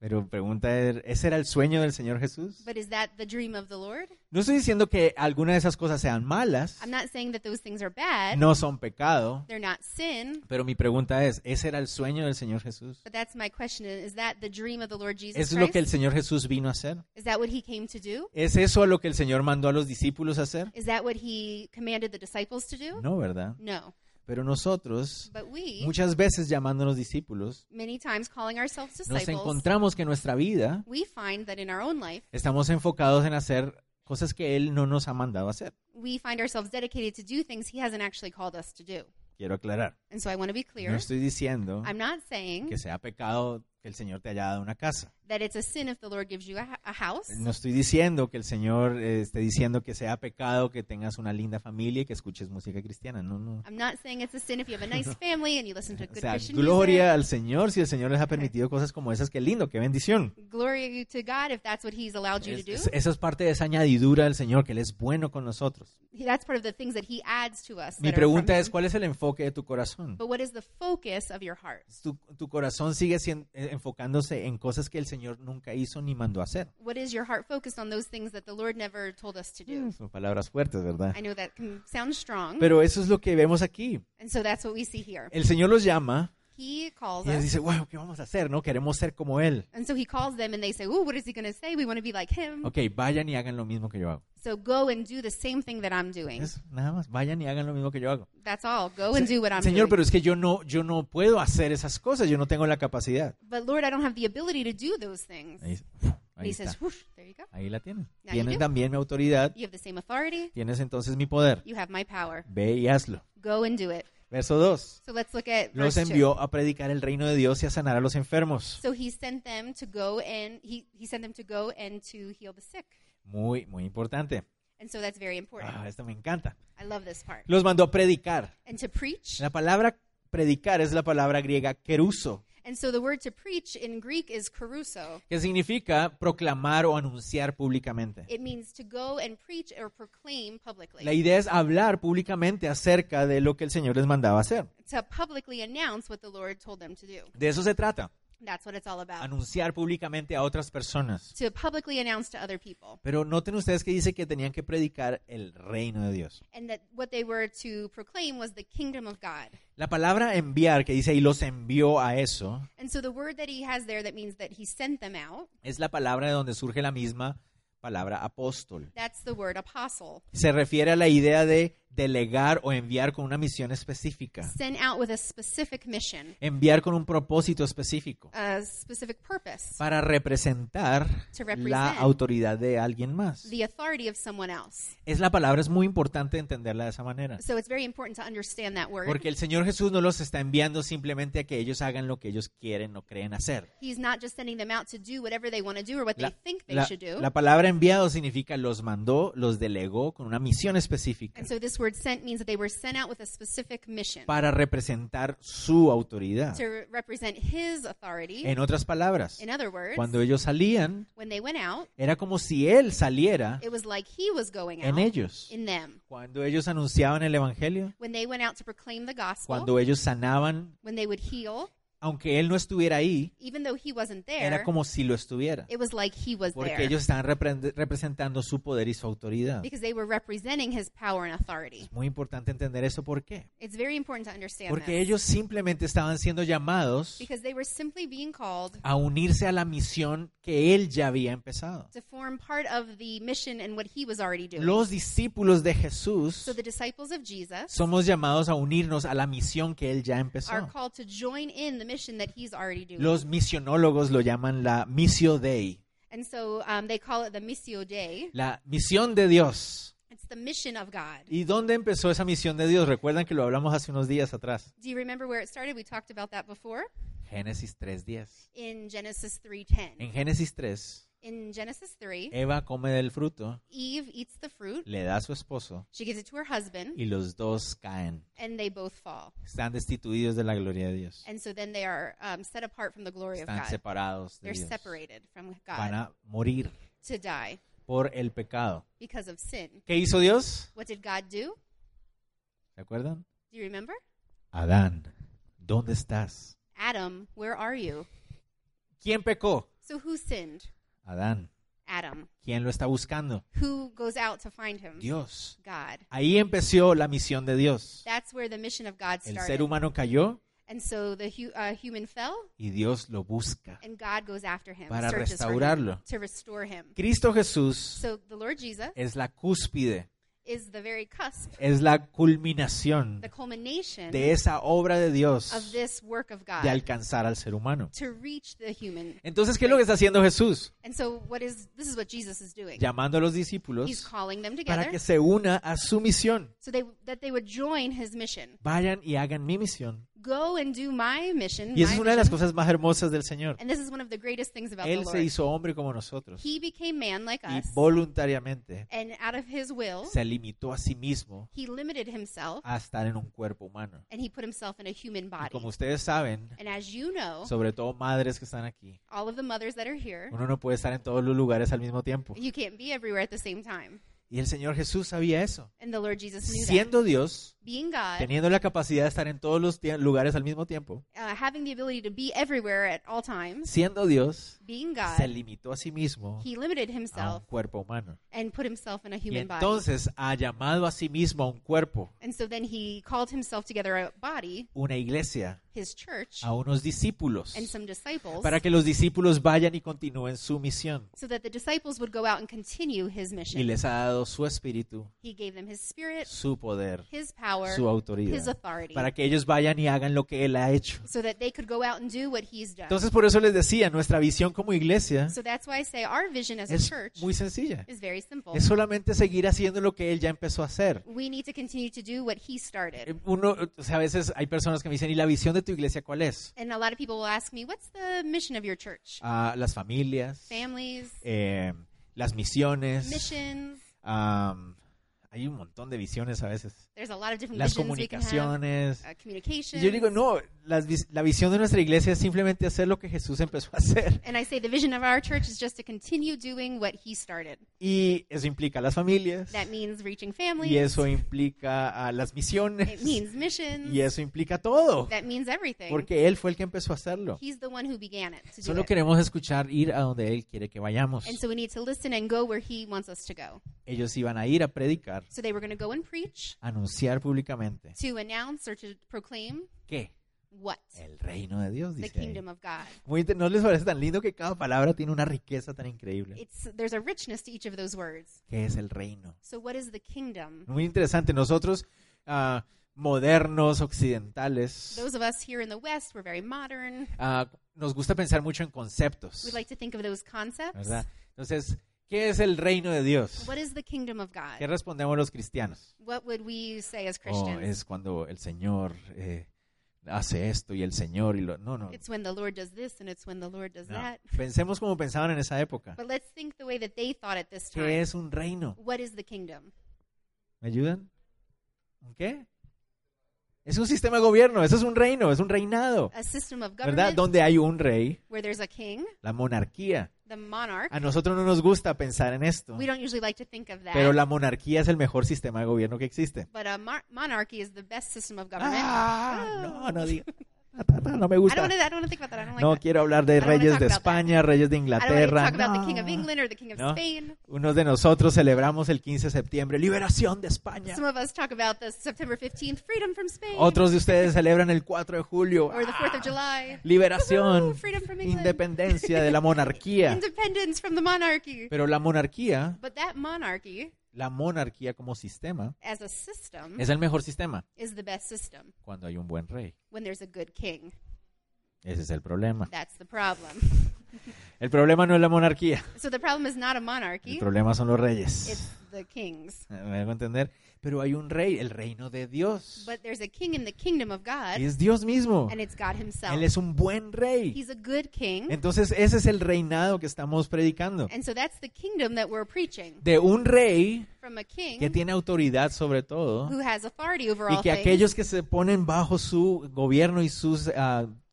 A: Pero pregunta, es, ¿ese era el sueño del Señor Jesús?
B: But is that the dream of the Lord?
A: No estoy diciendo que alguna de esas cosas sean malas,
B: I'm not saying that those things are bad.
A: no son pecado,
B: They're not sin.
A: pero mi pregunta es, ¿ese era el sueño del Señor Jesús?
B: But that's my question. Is that the dream of the Lord Jesus
A: ¿Eso es lo
B: Christ?
A: que el Señor Pues Jesús vino a hacer?
B: Is that what he came to do?
A: ¿Es eso lo que el Señor mandó a los discípulos a hacer?
B: Is that what he commanded the disciples to do?
A: No, ¿verdad?
B: No.
A: Pero nosotros,
B: But we,
A: muchas veces llamándonos discípulos,
B: many times calling ourselves
A: nos
B: disciples,
A: encontramos que en nuestra vida
B: we find that in our own life,
A: estamos enfocados en hacer cosas que Él no nos ha mandado a hacer.
B: we find ourselves dedicated to do things he hasn't actually called us to do.
A: Quiero aclarar.
B: And so I want to be
A: No
B: clear.
A: estoy diciendo
B: I'm not saying
A: que sea pecado que el Señor te haya dado una casa.
B: that it's a sin if the Lord gives you a, a house.
A: No estoy diciendo que el Señor eh, esté diciendo que sea pecado que tengas una linda familia y que escuches música cristiana. No, no.
B: I'm not saying it's a sin if you have a nice family and you listen to
A: O
B: good
A: sea,
B: Christian
A: gloria al Señor si el Señor les ha permitido cosas como esas. Qué lindo, qué bendición.
B: music. Glory to God if that's what he's allowed you to
A: Es-
B: do.
A: es- eso es parte de esa añadidura del Señor, que Él es bueno con nosotros.
B: He- That's part of the things that he adds to
A: Mi
B: us. that are from Oh.
A: pregunta es,
B: him.
A: ¿cuál es el enfoque de tu corazón?
B: But what is the focus of your heart?
A: Tu, tu corazón sigue sien- eh, enfocándose en cosas que el Señor nunca hizo ni mandó a hacer.
B: What is your heart focused on those things that the Lord never told us to do?
A: Son palabras fuertes, ¿verdad?
B: I know that can sound strong,
A: Hmm. Pero eso es lo que vemos aquí.
B: and so that's what we see here.
A: El Señor los llama
B: He calls
A: y les
B: us,
A: dice, wow, ¿qué vamos a hacer? No queremos ser como Él.
B: and so he calls them, and they say, "Ooh, what is he going to say? We want to be like him."
A: Ok, vayan y hagan lo mismo que yo hago.
B: So go and do the same thing that I'm doing.
A: Eso, nada más, vayan y hagan lo mismo que yo hago.
B: That's all. Go and
A: Se-
B: do what I'm
A: Señor, pero
B: doing.
A: es que yo no, yo no puedo hacer esas cosas, yo no tengo la capacidad.
B: But Lord, I don't have the ability to do those things.
A: Ahí, uf,
B: And
A: ahí
B: he
A: está.
B: says, "Whoosh, there you go.
A: Ahí la tienen.
B: Now you
A: Tienes
B: do.
A: también mi autoridad,
B: You have the same authority.
A: tienes entonces mi poder.
B: You have my power.
A: Ve y hazlo.
B: Go and do it."
A: Verso 2.
B: So let's look at
A: Los
B: verse two.
A: envió a predicar el reino de Dios y a sanar a los enfermos.
B: So he sent them to go and he, he sent them to go and to heal the sick.
A: Muy, muy importante.
B: And so that's very important.
A: Ah, esto me encanta.
B: I love this part.
A: Los mandó a predicar.
B: And to preach.
A: La palabra predicar es la palabra griega keruso,
B: And so the word to preach in Greek is caruso.
A: que significa proclamar o anunciar públicamente.
B: It means to go and preach or proclaim
A: La
B: publicly.
A: idea es hablar públicamente acerca de lo que el Señor les mandaba hacer.
B: To publicly announce what the Lord told them to do.
A: De eso se trata,
B: That's what it's all about.
A: anunciar públicamente a otras personas.
B: To publicly announce to other people.
A: Pero noten ustedes que dice que tenían que predicar el reino de Dios.
B: And that what they were to proclaim was the kingdom of God.
A: La palabra enviar, que dice y los envió a eso,
B: And so the word that he has there that means that he sent them out,
A: es la palabra de donde surge la misma palabra apóstol.
B: that's the word apostle.
A: Se refiere a la idea de delegar o enviar con una misión específica,
B: Sent out with a specific mission,
A: enviar con un propósito específico
B: a specific purpose,
A: para representar
B: To represent.
A: la autoridad de alguien más.
B: the authority of someone else.
A: Es la palabra, es muy importante entenderla de esa manera,
B: So it's very important to understand that word.
A: porque el Señor Jesús no los está enviando simplemente a que ellos hagan lo que ellos quieren o creen hacer.
B: He's not just sending them out to do whatever they want to do or what
A: La,
B: they think they
A: la-
B: should do.
A: la palabra enviado significa los mandó, los delegó con una misión específica
B: and so this word sent means that they were sent out with a specific mission
A: para representar su autoridad.
B: to re- represent his authority.
A: En otras palabras,
B: In other words,
A: cuando ellos salían,
B: when they went out,
A: era como si él saliera
B: it was like he was going
A: en
B: out
A: ellos.
B: in them.
A: Cuando ellos anunciaban el Evangelio,
B: When they went out to proclaim the gospel,
A: cuando ellos sanaban,
B: when they would heal,
A: aunque él no estuviera ahí,
B: Even though he wasn't
A: era
B: there,
A: como si lo estuviera.
B: it was like he was
A: Porque
B: there
A: ellos estaban repre- representando su poder y su autoridad.
B: because they were representing his power and authority.
A: Es muy importante entender eso. ¿Por qué?
B: It's very important to understand
A: Porque
B: this
A: ellos simplemente estaban siendo llamados
B: because they were simply being called
A: a unirse a la misión que él ya había empezado.
B: to form part of the mission and what he was already doing.
A: Los discípulos de Jesús
B: so the disciples of Jesus
A: somos llamados a unirnos a la misión que él ya empezó.
B: are called to join in the mission that he's already doing.
A: Los misionólogos lo llaman la missio dei,
B: and so um, they call it the Missio Dei.
A: la misión de Dios.
B: It's the mission of God.
A: ¿Y dónde empezó esa misión de Dios? Recuerdan que lo hablamos hace unos días atrás.
B: Do you remember where it started? We talked about that before
A: Génesis 3.10.
B: in Genesis 3:10.
A: En Génesis 3,
B: In Genesis 3,
A: Eva come del fruto,
B: Eve eats the fruit.
A: Eh. le da a su esposo
B: She gives it to her husband
A: y los dos caen.
B: and they both fall.
A: Están destituidos de la gloria de Dios.
B: And so then they are um, set apart from the glory of
A: Están
B: God.
A: separados de
B: They're
A: Dios.
B: separated from
A: Van
B: God
A: a morir
B: to die
A: por el pecado.
B: because of sin.
A: ¿Qué hizo Dios?
B: What did God do?
A: ¿Se acuerdan?
B: Do you remember?
A: Adán, ¿dónde estás?
B: Adam, where are you?
A: ¿Quién pecó?
B: So who sinned?
A: Adán.
B: Adam.
A: ¿Quién lo está buscando?
B: Who goes out to find him?
A: Dios.
B: God.
A: Ahí empezó la misión de Dios.
B: That's where the mission of God
A: El ser
B: started.
A: humano cayó
B: And so the hu- uh, human fell,
A: y Dios lo busca.
B: and God goes after him,
A: Para
B: searches for him
A: restaurarlo.
B: to restore him.
A: Cristo Jesús
B: So the Lord Jesus
A: es la cúspide,
B: is the very cusp,
A: es la culminación
B: the culmination
A: de esa obra de
B: of
A: Dios
B: this work of God
A: de alcanzar al ser humano.
B: to reach the human.
A: Entonces, ¿qué es lo que está haciendo Jesús?
B: And so what is this is what Jesus is doing.
A: Llamando a los
B: He's
A: discípulos
B: calling them
A: para
B: together
A: que se una a su misión.
B: so they that they would join his mission.
A: Vayan y hagan mi misión.
B: Go and do my mission.
A: Y esa
B: my
A: es una de las
B: mission.
A: cosas más hermosas del Señor.
B: And this is one of the greatest things about the
A: Él se
B: Lord.
A: hizo hombre como nosotros
B: He became man like
A: y
B: us,
A: voluntariamente
B: and out of his will,
A: se limitó a sí mismo
B: he limited himself
A: a estar en un cuerpo humano.
B: and he put himself in a human
A: Y
B: body.
A: como ustedes saben,
B: And as you know,
A: sobre todo madres que están aquí,
B: all of the mothers that are here,
A: uno no puede estar en todos los lugares al mismo tiempo.
B: you can't be everywhere at the same time.
A: Y el Señor Jesús sabía eso.
B: And the Lord Jesus knew that.
A: Siendo Dios,
B: Being God,
A: teniendo la capacidad de estar en todos los tie- lugares al mismo tiempo,
B: uh, having the ability to be everywhere at all times,
A: siendo Dios,
B: being
A: se
B: God,
A: limitó a sí mismo
B: he limited
A: a un
B: himself
A: cuerpo humano.
B: and put himself in a
A: Oh. Y
B: human body.
A: entonces ha llamado a sí mismo a un cuerpo,
B: And so then he called himself together a body,
A: una iglesia,
B: his church,
A: a unos discípulos,
B: and some disciples,
A: Oh. para que los discípulos vayan y continúen su misión.
B: so that the disciples would go out and continue his
A: Y
B: mission.
A: les ha dado su espíritu,
B: He gave them his spirit,
A: su poder,
B: his power,
A: su
B: his
A: autoridad,
B: authority,
A: para que ellos vayan y hagan lo que Él ha hecho.
B: so that they could go out and do what he's done.
A: Entonces por eso les decía, nuestra visión como iglesia
B: So that's why I say our vision as a
A: es
B: church
A: muy sencilla.
B: is very simple.
A: Es solamente seguir haciendo lo que Él ya empezó a hacer.
B: We need to continue to do what he started.
A: Eh, Uno, o sea, a veces hay personas que me dicen, ¿y la visión de tu iglesia cuál es?
B: And a lot of people will ask me, what's the mission of your church?
A: Ah, las familias,
B: Families,
A: eh, las misiones,
B: missions.
A: am, hay un montón de visiones a veces.
B: There's a lot of different
A: Las
B: missions we can have.
A: comunicaciones,
B: Uh, communication.
A: Y yo digo, no, las vis- la, visión de nuestra iglesia es simplemente hacer lo que Jesús empezó a hacer.
B: And I say the vision of our church is just to continue doing what he started.
A: Y eso implica las familias,
B: That means reaching families.
A: y eso implica a las misiones,
B: It means missions.
A: y eso implica todo,
B: That means everything.
A: porque Él fue el que empezó a hacerlo.
B: He's the one who began it to do
A: Solo
B: it.
A: queremos escuchar ir a donde Él quiere que vayamos.
B: And so we need to listen and go where he wants us to go.
A: Ellos iban a ir a predicar,
B: So they were going to go and preach,
A: a anunciar públicamente.
B: to announce or to proclaim
A: ¿Qué?
B: what?
A: El reino de Dios,
B: The
A: dice. ahí.
B: kingdom of God.
A: Muy inter- ¿No les parece tan lindo que cada palabra tiene una riqueza tan increíble?
B: It's there's a richness to each of those words.
A: ¿Qué es el reino?
B: So what is the kingdom?
A: Muy interesante. Nosotros, ah, modernos, occidentales,
B: Those of us here in the West, we're very modern.
A: ah, nos gusta pensar mucho en conceptos.
B: We like to think of those concepts.
A: ¿verdad? Entonces, ¿qué es el reino de Dios?
B: What is the kingdom of God?
A: ¿Qué respondemos los cristianos?
B: What would we say as
A: Oh,
B: Christians?
A: es cuando el Señor eh, hace esto y el Señor y lo... No, no.
B: It's when the Lord does this and it's when the Lord does
A: no.
B: that.
A: Pensemos como pensaban en esa época.
B: But let's think the way that they thought at this
A: ¿Qué
B: time.
A: es un reino?
B: What is the kingdom?
A: ¿Me ayudan? ¿Un qué? Es un sistema de gobierno, eso es un reino, es un reinado,
B: A system of
A: ¿verdad?
B: government
A: Donde hay un rey,
B: where there's a king,
A: la monarquía.
B: the monarch.
A: A nosotros no nos gusta pensar en esto,
B: We don't usually like to think of
A: pero
B: that.
A: la monarquía es el mejor sistema de gobierno que existe.
B: But a mar- monarchy is the best system of government.
A: Ah,
B: Ah.
A: no, no diga. no, Ah, no me
B: I don't
A: gusta.
B: want to. I don't want to think about that. I don't like
A: No
B: that.
A: quiero hablar de
B: I don't wanna
A: reyes
B: talk
A: de
B: about that.
A: España, reyes de
B: I don't want
A: Inglaterra.
B: to talk about the King of
A: no.
B: England or the King of
A: No.
B: Spain.
A: Unos de nosotros celebramos el 15 de septiembre, liberación de España.
B: Some of us talk about the September 15th freedom from Spain
A: Otros de ustedes celebran el 4 de julio.
B: or the 4th
A: ¡Ah!
B: of July.
A: Liberación,
B: Woohoo! Freedom from England.
A: independencia de la monarquía.
B: Independence from the monarchy.
A: Pero la monarquía,
B: But that monarchy,
A: la monarquía como sistema,
B: as a system,
A: es el mejor sistema
B: is the best system
A: cuando hay un buen rey.
B: when there's a good king.
A: Ese es el problema.
B: That's the problem.
A: El problema no es la monarquía,
B: So the problem is not a
A: el
B: monarchy,
A: problema son los
B: it's
A: reyes.
B: the kings.
A: Me hago entender. Pero hay un rey, el reino de Dios.
B: But there's a king in the kingdom of God,
A: Y es Dios mismo.
B: and it's God Himself.
A: Él es un buen rey.
B: He's a good king.
A: Entonces ese es el reinado que estamos predicando.
B: And so that's the kingdom that we're preaching
A: De un rey
B: from a
A: que
B: king
A: tiene autoridad sobre todo
B: who has authority over
A: y
B: all
A: que
B: things.
A: aquellos que se ponen bajo su gobierno y su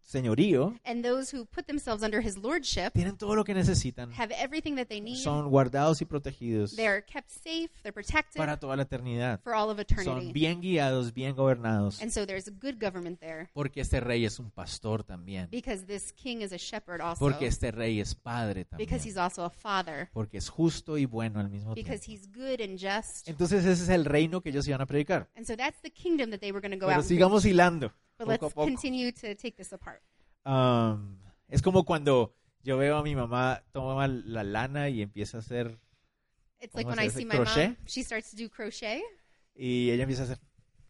A: señorío
B: And those who put themselves under his lordship
A: tienen todo lo que necesitan.
B: have everything that they need.
A: Son guardados y protegidos
B: They're kept safe, they're protected
A: para toda la eternidad.
B: for all of
A: Son
B: eternity.
A: bien guiados, bien gobernados,
B: And so there's a good government there
A: porque este rey es un pastor también,
B: because this king is a shepherd also,
A: porque este rey es padre
B: because he's
A: también,
B: also a father,
A: porque es justo y bueno al mismo
B: because
A: tiempo.
B: he's good and just.
A: Entonces ese es el reino que ellos iban a predicar.
B: And so that's the kingdom that they were going to go
A: Pero
B: out. and
A: sigamos hilando
B: But
A: poco a
B: let's
A: poco.
B: continue to take this apart.
A: Um, es como cuando yo veo a mi mamá toma la lana y empieza a hacer
B: It's like
A: ¿Cómo
B: when
A: se
B: I
A: dice?
B: see my
A: Crochet?
B: mom, she starts to do crochet,
A: y ella empieza a hacer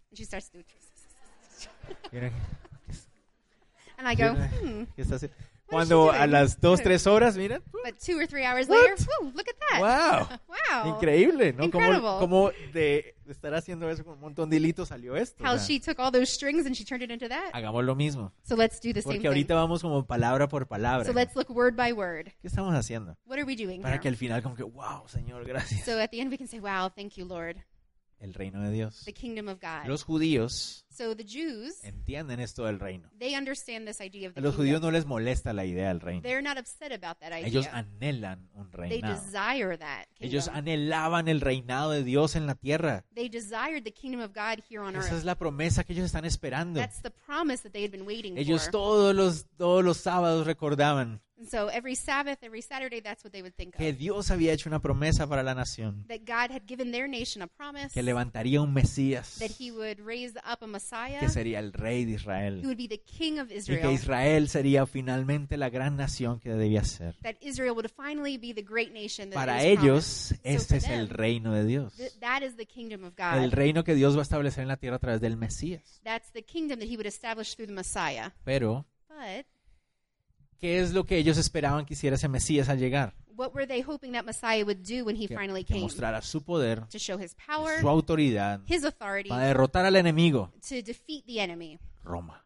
B: and she starts to do,
A: y uno,
B: and I go,
A: Yeah.
B: hmm.
A: ¿qué está haciendo?
B: she
A: Cuando a
B: doing?
A: las 2, 3 horas, miren,
B: But two or three hours
A: What?
B: later, whew, look at that!
A: wow,
B: Wow!
A: increíble, ¿no?
B: Incredible.
A: Como, como de estar haciendo eso con un montón de hilitos salió esto. o
B: How
A: sea,
B: she took all those strings and she turned it into that.
A: hagamos lo mismo,
B: So let's do the same
A: porque
B: thing.
A: ahorita vamos como palabra por palabra.
B: So let's look word by word.
A: ¿Qué estamos haciendo?
B: What are we doing
A: Para que
B: here?
A: al final como que, wow, Señor, gracias.
B: So at the end we can say, "Wow, thank you, Lord,
A: El reino de Dios.
B: the kingdom of God."
A: Los judíos
B: So the Jews,
A: entienden esto del reino.
B: they understand this idea of
A: A
B: the
A: los judíos
B: kingdom.
A: no les molesta la idea del reino.
B: They're not upset about that
A: Ellos
B: idea.
A: anhelan un
B: They
A: reinado.
B: desire that.
A: Ellos
B: kingdom.
A: anhelaban el reinado de Dios en la tierra.
B: They desired the kingdom of God here on
A: Esa es
B: earth.
A: la promesa que ellos están esperando.
B: That's the promise that they had been waiting
A: Ellos
B: for.
A: todos los, todos los sábados recordaban
B: And so every Sabbath, every Saturday, that's what they would think
A: que
B: of.
A: Dios había hecho una promesa para la nación,
B: That God had given their nation a promise.
A: que levantaría un Mesías,
B: that he
A: que
B: would raise up a Messiah
A: sería el rey de
B: who
A: Israel,
B: would be the king of
A: y que
B: Israel.
A: Israel sería finalmente la gran nación que debía ser.
B: That Israel would finally be the great nation that
A: Para
B: it was
A: ellos,
B: promised. So
A: este
B: for
A: es el
B: them,
A: reino de Dios,
B: th- that is the kingdom of God.
A: el reino que Dios va a establecer en la tierra a través del Mesías.
B: That's the kingdom that he would establish through the Messiah.
A: Pero,
B: But
A: ¿qué es lo que ellos esperaban que hiciera ese Mesías al llegar?
B: what were they hoping that Messiah would do when he
A: que,
B: finally
A: que
B: came?
A: mostrara su poder,
B: To show his
A: y
B: power,
A: su autoridad
B: his authority,
A: para derrotar al enemigo.
B: to defeat the enemy.
A: Roma.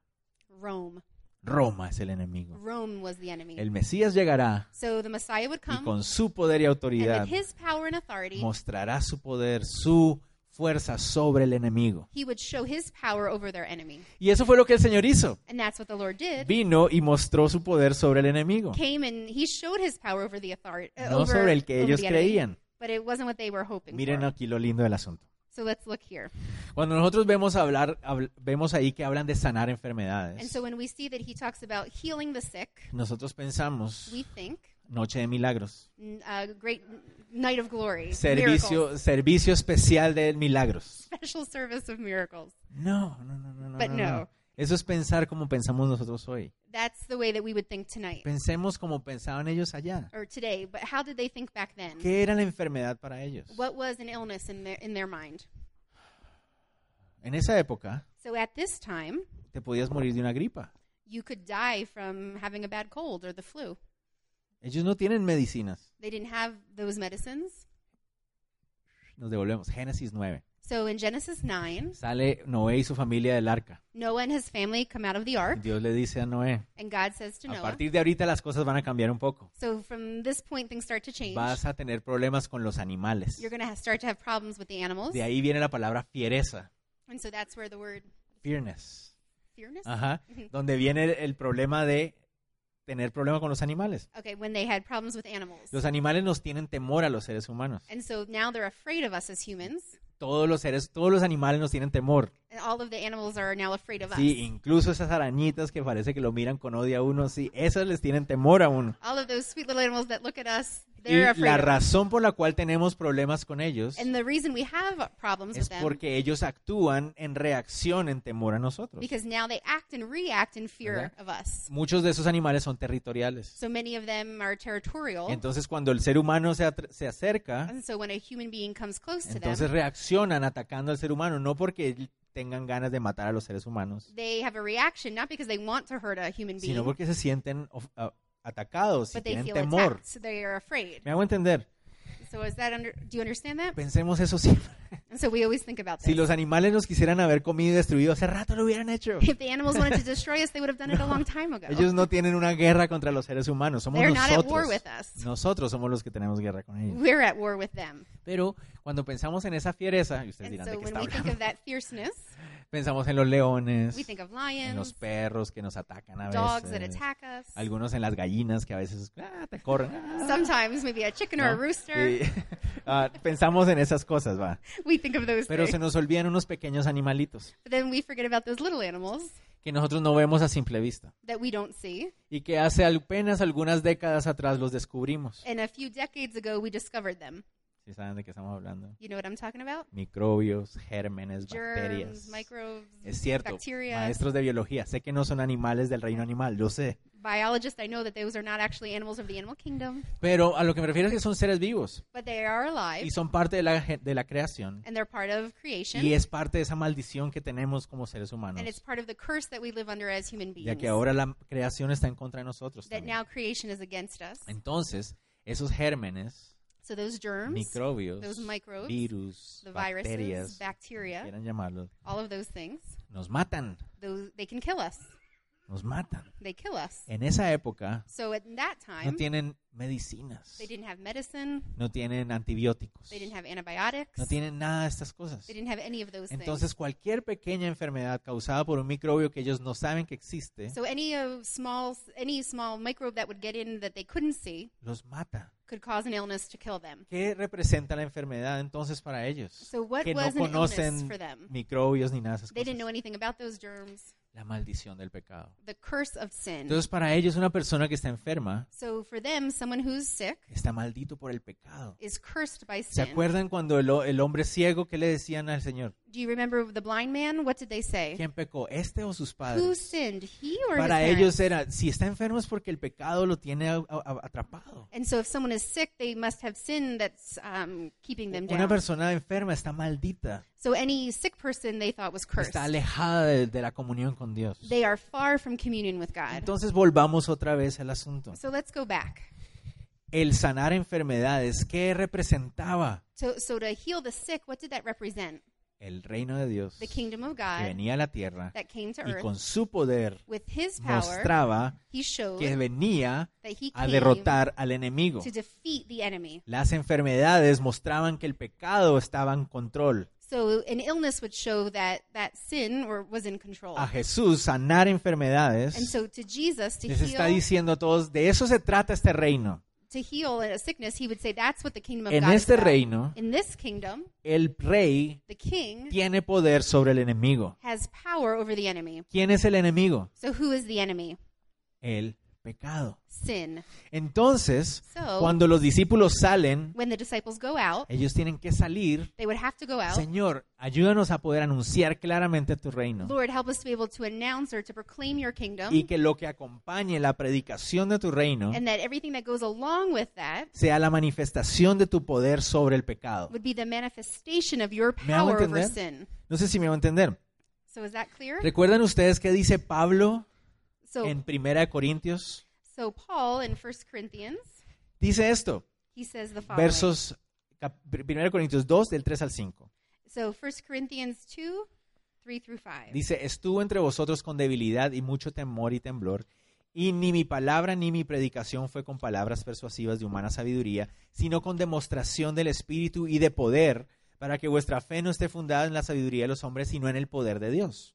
B: Rome.
A: Roma es el enemigo.
B: Rome was the enemy.
A: El Mesías llegará
B: So the Messiah would
A: y
B: come,
A: con su poder y
B: and
A: autoridad
B: with his power and authority,
A: mostrará su poder, su fuerza sobre el enemigo.
B: he would show his power over their enemy.
A: Y eso fue lo que el Señor hizo.
B: And that's what the Lord did.
A: Vino y mostró su poder sobre el enemigo.
B: came and he showed his power over the authority uh,
A: No
B: over,
A: sobre el que
B: over
A: ellos
B: the enemy,
A: creían.
B: but it wasn't what they were hoping
A: Miren
B: for.
A: aquí lo lindo del asunto.
B: So let's look here.
A: Cuando nosotros vemos hablar, habl- vemos ahí que hablan de sanar
B: And
A: enfermedades,
B: so when we see that he talks about healing the sick,
A: nosotros pensamos
B: we think
A: noche de milagros.
B: mm, a great n- night of glory, miracles,
A: Servicio, servicio especial de milagros.
B: special service of miracles.
A: No, no, no, no, no,
B: But
A: no, no.
B: no.
A: Eso es pensar como pensamos nosotros hoy.
B: That's the way that we would think tonight
A: Pensemos como pensaban ellos allá.
B: or today. But how did they think back then?
A: ¿Qué era la enfermedad para ellos?
B: What was an illness in their in their mind?
A: En esa época
B: So at this time,
A: te podías morir de una gripa.
B: you could die from having a bad cold or the flu.
A: Ellos no tienen medicinas.
B: They didn't have those medicines.
A: Nos devolvemos. Génesis 9.
B: So in Genesis 9,
A: Sale Noé y su familia del arca.
B: Noah and his family come out of the ark,
A: Dios le dice a Noé,
B: and God says to
A: a
B: Noah,
A: partir de ahorita las cosas van a cambiar un poco.
B: So from this point, things start to change.
A: Vas a tener problemas con los animales.
B: You're going to start to have problems with the animals.
A: De ahí viene la palabra fiereza.
B: And so that's where the word
A: Fearness.
B: fearness?
A: Ajá.
B: Ujú.
A: Donde viene el, el problema de tener problema con los animales.
B: Okay, when they had problems with animals.
A: Los animales nos tienen temor a los seres humanos.
B: And so now they're afraid of us as humans.
A: Todos los seres, todos los animales nos tienen temor.
B: And all of the animals are now afraid of us.
A: Sí, incluso esas arañitas que parece que lo miran con odio a uno, sí, esas les tienen temor a uno.
B: All of those sweet little animals that look at us,
A: Y
B: they're afraid.
A: la
B: of us.
A: razón por la cual tenemos problemas con ellos
B: And the reason we have problems
A: es
B: with them
A: porque ellos actúan en reacción, en temor a nosotros.
B: because now they act and react in fear of us.
A: Muchos de esos animales son territoriales.
B: So many of them are territorial.
A: Entonces, cuando el ser humano se, atre- se acerca,
B: and so when a human being comes close to them,
A: entonces reaccionan atacando al ser humano, no porque tengan ganas de matar a los seres humanos,
B: they have a reaction not because they want to hurt a human being,
A: sino porque se sienten of- a- atacados y
B: but they
A: tienen
B: feel
A: temor.
B: attacked, so they are afraid.
A: Me hago entender.
B: So is that under? Do you understand that?
A: Pensemos eso siempre.
B: And so we always think about
A: Si
B: this.
A: los animales nos quisieran haber comido y destruido, hace rato lo hubieran hecho.
B: If the animals wanted to destroy us, they would have done it a long time ago.
A: Ellos no tienen una guerra contra los seres humanos, somos
B: They're not at war
A: nosotros.
B: with us.
A: Nosotros somos los que tenemos guerra con ellos.
B: We're at war with them.
A: Pero cuando pensamos en esa fiereza, y ustedes
B: And
A: dirán
B: so
A: de qué
B: when
A: está
B: we think
A: hablando,
B: of that fierceness,
A: pensamos en los leones,
B: we think of
A: en los
B: lions,
A: perros que nos atacan a
B: dogs that
A: veces,
B: attack us.
A: algunos en las gallinas que a veces ah, te corren. ah,
B: Sometimes maybe a chicken or a
A: ¿no? Sí.
B: rooster.
A: Ah, pensamos en esas cosas, va.
B: We think of those
A: Pero
B: things.
A: se nos olvidan unos pequeños animalitos
B: But then we forget about those little animals
A: que nosotros no vemos a simple vista
B: that we don't see.
A: y que hace apenas algunas décadas atrás los descubrimos.
B: And a few decades ago, we discovered them.
A: Si saben de qué estamos hablando.
B: You know what I'm talking about?
A: Microbios, gérmenes,
B: Germs,
A: bacterias.
B: microbes,
A: Es cierto,
B: bacteria.
A: maestros de biología, sé que no son animales del reino animal, lo sé,
B: biologists. I know that those are not actually animals of the animal kingdom,
A: pero a lo que me refiero es que son seres vivos
B: but they are alive
A: y son parte de la, ge- de la creación
B: and they're part of creation.
A: y es parte de esa maldición que tenemos como seres humanos,
B: And it's part of the curse that we live under as human beings.
A: ya que ahora la creación está en contra de nosotros.
B: that
A: también.
B: now creation is against us.
A: Entonces, esos gérmenes,
B: So those germs,
A: microbios,
B: those microbes,
A: virus,
B: the
A: bacterias,
B: viruses,
A: como
B: bacteria,
A: quieran llamarlos,
B: all of those things,
A: nos matan,
B: those they can kill us.
A: nos matan.
B: They kill us.
A: En esa época
B: So at that
A: no
B: time,
A: tienen medicinas,
B: they didn't have medicine,
A: no tienen antibióticos,
B: they didn't have antibiotics,
A: no tienen nada de estas cosas.
B: they didn't have any of those
A: Entonces cualquier pequeña enfermedad causada por un microbio que ellos no saben que existe,
B: things. So any of small any small microbe that would get in that they couldn't see
A: los mata.
B: could cause an illness to kill them.
A: ¿Qué representa la enfermedad entonces para ellos?
B: So what
A: que no
B: was an illness
A: conocen
B: for them?
A: microbios ni nada de esas
B: They didn't know
A: cosas.
B: anything about those germs.
A: La maldición del pecado.
B: The curse of sin.
A: Entonces para ellos una persona que está enferma
B: So for them, someone who's sick
A: está maldito por el pecado.
B: is cursed by
A: ¿Se
B: sin.
A: acuerdan cuando el, ho- el hombre ciego que le decían al Señor?
B: Do you remember the blind man? What did they say?
A: ¿Quién pecó? ¿Este o sus
B: Who
A: padres?
B: sinned, he or his
A: Para
B: parents?
A: ellos era, si está enfermo es porque el pecado lo tiene a- a- atrapado.
B: And so, if someone is sick, they must have sin that's um, keeping them
A: Una
B: down.
A: persona enferma está maldita.
B: So, any sick person they thought was cursed.
A: está alejada de, de la comunión con Dios.
B: They are far from communion with God.
A: Entonces volvamos otra vez al asunto.
B: So, let's go back.
A: El sanar enfermedades, ¿qué representaba
B: So, so to heal the sick, what did that represent?
A: el reino de Dios
B: The kingdom of
A: que
B: God
A: venía a la tierra
B: that came to
A: y
B: earth.
A: con su poder
B: With His power,
A: mostraba
B: He showed
A: que venía
B: that He
A: a
B: came to
A: derrotar al enemigo?
B: defeat the enemy.
A: Las enfermedades mostraban que el pecado estaba en control.
B: So, an illness would show that that sin or was in control.
A: A Jesús sanar
B: And
A: enfermedades
B: so, to Jesus, to
A: les está
B: heal
A: diciendo a todos, de eso se trata este reino.
B: to heal a sickness, he would say that's what the kingdom of
A: En
B: God
A: este
B: is about.
A: reino,
B: In this kingdom,
A: el rey
B: the king
A: tiene poder sobre el enemigo.
B: has power over the enemy.
A: ¿Quién es el enemigo?
B: So who is the enemy?
A: El pecado.
B: Sin.
A: Entonces,
B: So-
A: cuando los discípulos salen,
B: When the disciples go out,
A: ellos tienen que salir.
B: they would have to go out.
A: Señor, ayúdanos a poder anunciar claramente tu reino
B: Lord, help us to be able to announce or to proclaim your
A: y
B: kingdom
A: que lo que acompañe la predicación de tu reino
B: and that everything that goes along with that
A: sea la manifestación de tu poder sobre el pecado.
B: would be the manifestation of your
A: ¿Me hago
B: power over
A: entender?
B: sin.
A: No sé si me va a entender.
B: So is that clear?
A: ¿Recuerdan ustedes qué dice Pablo
B: So
A: en Primera de Corintios?
B: so Paul in 1 Corinthians,
A: Dice esto,
B: he says the following.
A: versos cap- Primera de Corintios 2 del 3 al 5.
B: So 1 Corinthians 2 3 through 5.
A: Dice, estuvo entre vosotros con debilidad y mucho temor y temblor, y ni mi palabra ni mi predicación fue con palabras persuasivas de humana sabiduría, sino con demostración del Espíritu y de poder, para que vuestra fe no esté fundada en la sabiduría de los hombres, sino en el poder de Dios.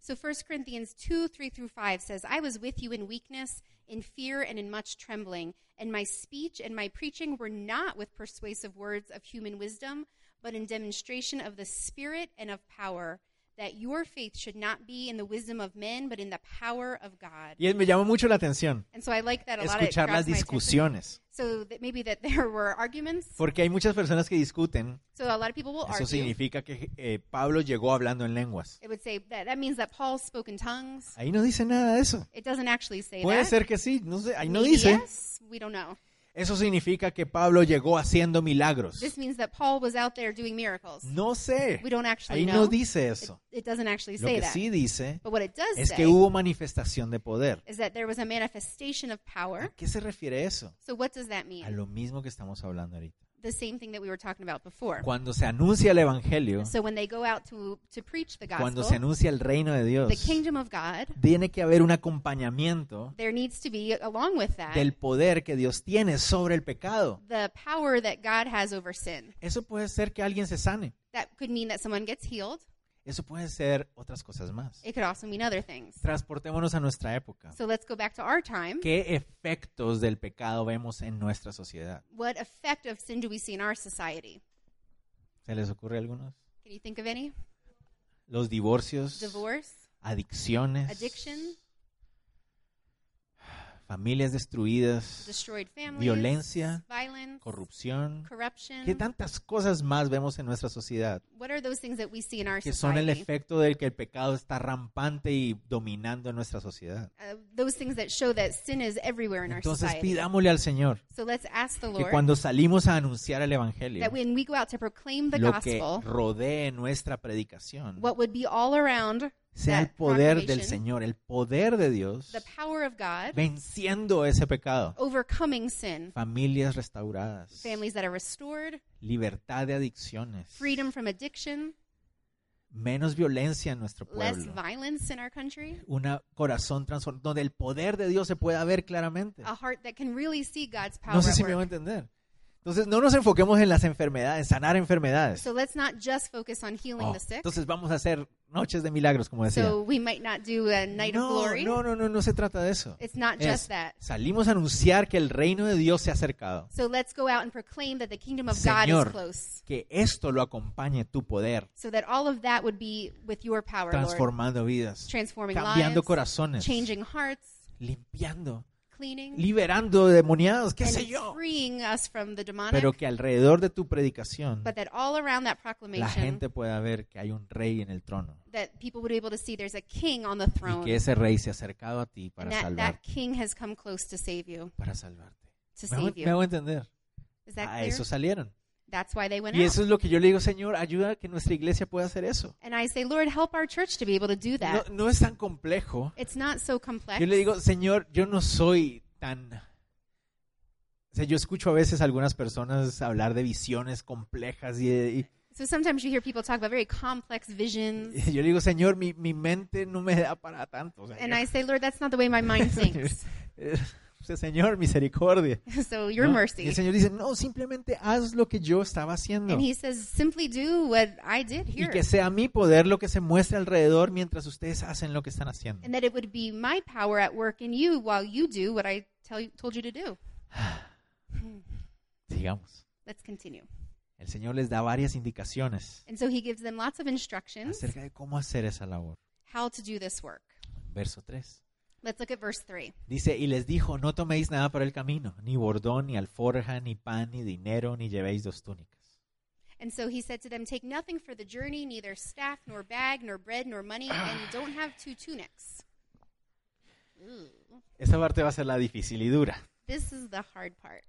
B: So 1 Corinthians 2 3 through 5 says, I was with you in weakness, in fear, and in much trembling. And my speech and my preaching were not with persuasive words of human wisdom, but in demonstration of the Spirit and of power, that your faith should not be in the wisdom of men, but in the power of God.
A: Y me llama mucho la atención
B: And so I like that a lot. It
A: escuchar las
B: grabs my attention.
A: discusiones,
B: So that maybe that there were arguments.
A: porque hay muchas personas que discuten.
B: So a lot of people will
A: Eso
B: argue.
A: significa que eh, Pablo llegó hablando en lenguas.
B: It would say that that means that Paul spoke in tongues.
A: Ahí no dice nada de eso.
B: It doesn't actually say
A: Puede
B: that.
A: ser que sí, no sé, ahí no
B: Maybe
A: dice.
B: yes. We don't know.
A: Eso significa que Pablo llegó haciendo milagros.
B: This means that Paul was out there doing miracles.
A: No sé.
B: We don't actually
A: Ahí
B: know.
A: no dice
B: It,
A: eso.
B: it doesn't actually
A: Lo
B: say
A: que
B: that.
A: sí dice
B: But what it does
A: es
B: say
A: que hubo manifestación de poder.
B: is that there was a manifestation of
A: ¿A
B: power.
A: qué se refiere eso?
B: So what does that mean?
A: A lo mismo que estamos hablando ahorita.
B: The same thing that we were talking about before.
A: Cuando se anuncia el evangelio,
B: So when they go out to to preach the
A: cuando se
B: gospel,
A: anuncia el reino de Dios,
B: the kingdom of God,
A: tiene que haber un acompañamiento
B: there needs to be along with that
A: del poder que Dios tiene sobre el pecado.
B: the power that God has over sin.
A: Eso puede ser que alguien se sane.
B: That could mean that someone gets healed.
A: Eso puede ser otras cosas más.
B: It could also mean other things.
A: Transportémonos a nuestra época.
B: So let's go back to our time.
A: ¿Qué efectos del pecado vemos en nuestra sociedad?
B: What effect of sin do we see in our society?
A: ¿Se les ocurre algunos?
B: Can you think of any?
A: Los divorcios,
B: Divorce,
A: adicciones,
B: addiction,
A: familias destruidas,
B: destroyed families,
A: Violencia,
B: violence,
A: corrupción.
B: corruption.
A: ¿Qué tantas cosas más vemos en nuestra sociedad?
B: What are those things that we see in our
A: Que son el
B: society?
A: efecto del que el pecado está rampante y dominando en nuestra sociedad.
B: Uh, those things that show that sin is everywhere in our
A: Entonces
B: society.
A: pidámosle al Señor
B: So let's ask the
A: que
B: Lord
A: cuando salimos a anunciar el Evangelio,
B: that when we go out to proclaim the
A: lo que
B: gospel,
A: rodee nuestra predicación
B: what would be all around
A: sea el
B: that
A: poder del
B: proclamation,
A: Señor, el poder de Dios
B: the power of God,
A: venciendo ese pecado.
B: overcoming sin,
A: Familias restauradas,
B: families that are restored,
A: libertad de adicciones,
B: freedom from addiction,
A: menos violencia en nuestro
B: less
A: pueblo,
B: violence in our country,
A: un corazón transformado, donde el poder de Dios se pueda ver claramente.
B: a heart that can really see God's power
A: No sé
B: at
A: si me
B: work.
A: voy a entender. Entonces, no nos enfoquemos en las enfermedades, sanar enfermedades.
B: So let's not just focus on healing
A: Oh,
B: the sick.
A: entonces vamos a hacer noches de milagros, como decía.
B: So we might not do a night of
A: No,
B: glory.
A: no, no, no, no se trata de eso.
B: It's not just
A: Es,
B: that.
A: salimos a anunciar que el reino de Dios se ha acercado.
B: So let's go out and proclaim that the kingdom of God
A: Señor.
B: is close.
A: Que esto lo acompañe tu poder,
B: So that all of that would be with your power, Lord.
A: transformando vidas,
B: Transforming
A: cambiando
B: lives,
A: corazones,
B: changing hearts,
A: limpiando,
B: cleaning,
A: liberando demoniados, qué sé
B: and
A: yo.
B: freeing us from the demonic.
A: Pero que alrededor de tu predicación
B: but that all around that
A: la
B: proclamation,
A: gente pueda ver que hay un rey en el trono
B: that people would be able to see there's a king on the
A: y
B: throne.
A: que ese rey se ha acercado a ti para
B: and that, that
A: salvarte,
B: king has come close to save you.
A: para salvarte.
B: To
A: Me hago,
B: save
A: me
B: you.
A: hago entender.
B: Is that
A: A
B: clear?
A: eso salieron.
B: That's why they went
A: Y
B: out.
A: eso es lo que yo le digo, Señor, ayuda a que nuestra iglesia pueda hacer eso.
B: And I say, Lord, help our church to be able to do
A: No,
B: that.
A: no es tan complejo.
B: It's not so complex.
A: Yo le digo, Señor, yo no soy tan... O sea, yo escucho a veces algunas personas hablar de visiones complejas y, de- y-
B: so sometimes you hear people talk about very complex visions.
A: y yo le digo, Señor, mi, mi mente no me da para tanto. O sea,
B: And
A: yo-
B: I say, Lord, that's not the way my mind thinks.
A: O sea, Señor, misericordia.
B: so your
A: ¿no? Y
B: mercy.
A: el Señor dice, no, simplemente haz lo que yo estaba haciendo.
B: And he says, simply do what I did
A: Y
B: here.
A: que sea mi poder lo que se muestre alrededor mientras ustedes hacen lo que están haciendo.
B: And that it would be my power at work in you while you do what I tell you, told you to do.
A: Digamos.
B: Let's continue.
A: El Señor les da varias indicaciones
B: And so he gives them lots of instructions
A: acerca de cómo hacer esa labor.
B: how to do this work.
A: Verso 3.
B: Let's look at verse 3.
A: Dice, y les dijo, no toméis nada para el camino, ni bordón, ni alforja, ni pan, ni dinero, ni llevéis dos túnicas.
B: And so he said to them, Take nothing for the journey, neither staff, nor bag, nor bread, nor money, and don't have two tunics. Ooh.
A: Esa parte va a ser la difícil y dura.
B: This is the hard part.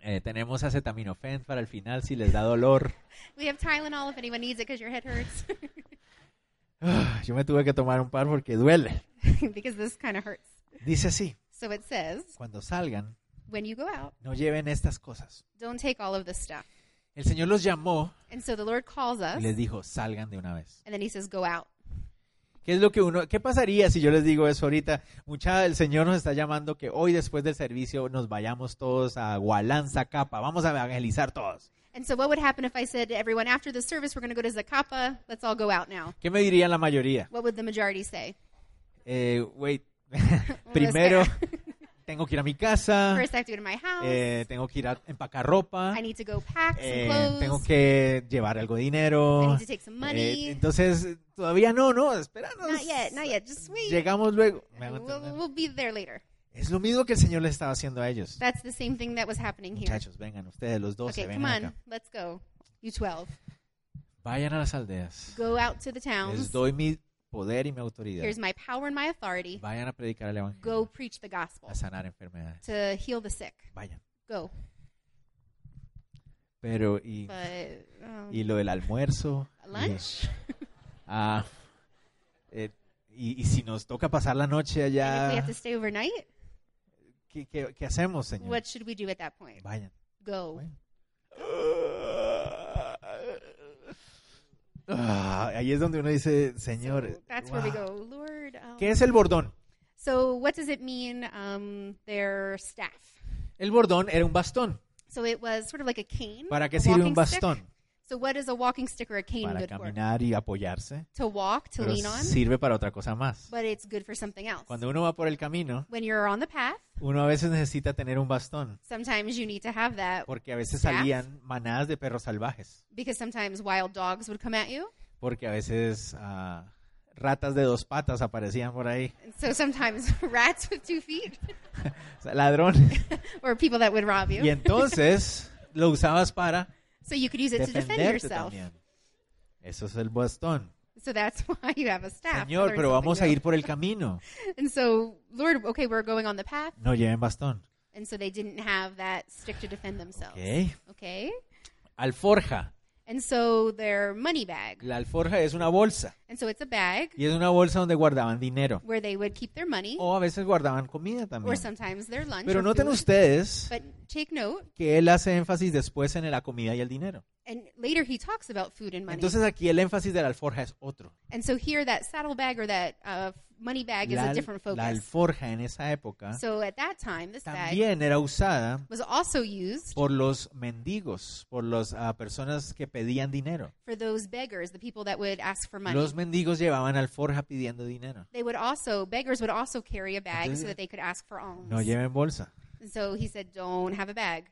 A: Eh, tenemos acetaminofén para el final si les da dolor.
B: We have Tylenol if anyone needs it because your head hurts,
A: Ah, Yo me tuve que tomar un par porque duele.
B: because this kind of hurts.
A: Dice así,
B: So it says,
A: cuando salgan,
B: When you go out,
A: no lleven estas cosas.
B: don't take all of this stuff.
A: El Señor los llamó
B: And so the Lord calls
A: y
B: us,
A: les dijo, salgan de una vez.
B: and then he says, Go out.
A: ¿Qué es lo que uno, qué pasaría si yo les digo eso ahorita? Mucha, el Señor nos está llamando que hoy después del servicio nos vayamos todos a Gualanza Capa, vamos a evangelizar todos.
B: And so what would happen if I said to everyone, After the service, we're going to go to Zacapa, let's all go out now?
A: ¿Qué me dirían la mayoría?
B: What would the majority say?
A: Eh, wait, primero,
B: Let's go.
A: tengo que ir a mi casa,
B: First, I have to go to my house.
A: Ah. eh, tengo que ir a empacar ropa,
B: I need to go pack some
A: eh,
B: clothes.
A: tengo que llevar algo de
B: I
A: dinero.
B: need to take some
A: eh,
B: money.
A: entonces, todavía no, no, espéranos.
B: not yet, not yet. Just wait.
A: Llegamos luego. Me hago
B: We'll,
A: entender.
B: we'll be there later.
A: Es lo mismo que el Señor le estaba haciendo a ellos.
B: That's the same thing that was happening here.
A: Muchachos, vengan ustedes, los doce,
B: Okay, come
A: vengan
B: on.
A: acá.
B: Let's go. You 12.
A: Vayan a las aldeas.
B: Go out to the
A: Les
B: towns.
A: doy mi poder y mi autoridad.
B: Here's my power and my authority.
A: Vayan a predicar el evangelio.
B: Go preach the gospel
A: a sanar enfermedades.
B: to heal the sick.
A: Vayan.
B: Go.
A: Pero, y,
B: But um,
A: y lo del almuerzo.
B: lunch?
A: y- ah, eh, y, y si nos toca pasar la noche
B: And if we
A: allá,
B: have to stay overnight,
A: ¿qué, qué, qué hacemos, Señor?
B: what should we do at that point?
A: Vayan.
B: Go.
A: Ah, ahí es donde uno dice, Señor,
B: So that's where we
A: wow.
B: go. Lord. um,
A: ¿qué es el bordón?
B: so what does it mean, um, their staff?
A: El bordón era un bastón.
B: So it was sort of like a cane.
A: ¿Para qué
B: a
A: sirve un
B: walking stick.
A: bastón?
B: So what is a walking stick or a cane
A: Para
B: good for?
A: caminar y apoyarse.
B: To walk, to
A: Pero
B: lean on,
A: sirve para otra cosa más.
B: but it's good for something else.
A: Cuando uno va por el camino,
B: When you're on the path,
A: uno a veces necesita tener un bastón.
B: sometimes you need to have that
A: Porque a veces
B: Staff.
A: salían manadas de perros salvajes.
B: because sometimes wild dogs would come at you.
A: Porque a veces ah, ratas de dos patas aparecían por ahí.
B: And so sometimes rats with two feet
A: O sea, ladrones.
B: or people that would rob you.
A: Y entonces lo usabas para
B: So you could use it to defend
A: defenderte
B: yourself.
A: también. Eso es el bastón.
B: So that's why you have a staff.
A: Señor,
B: Learn
A: pero
B: something
A: vamos a
B: new.
A: ir por el camino.
B: And so, Lord, okay, we're going on the path.
A: No lleven bastón.
B: And so they didn't have that stick to defend themselves.
A: Ok.
B: Okay?
A: Alforja.
B: And so their money bag.
A: La alforja es una bolsa.
B: And so it's a bag
A: Y es una bolsa donde guardaban dinero.
B: where they would keep their money
A: O a veces guardaban comida
B: or
A: también.
B: sometimes their lunch.
A: Oh, Pero
B: or
A: noten
B: food.
A: ustedes
B: But take note,
A: que él hace énfasis después en la comida y el dinero.
B: and later he talks about food and money.
A: Entonces aquí el énfasis de la alforja es otro.
B: and so here, that saddle bag or that uh, money bag is
A: La,
B: a different focus.
A: la alforja en esa época
B: so at that time, this bag
A: también era usada
B: was also used
A: por los mendigos, por las personas que pedían dinero.
B: for those beggars, the people that would ask for money.
A: Los mendigos llevaban alforja pidiendo dinero.
B: they would also beggars would also carry a bag
A: Entonces,
B: so that they could ask for alms.
A: No lleven bolsa,
B: And so he said, "Don't have a bag.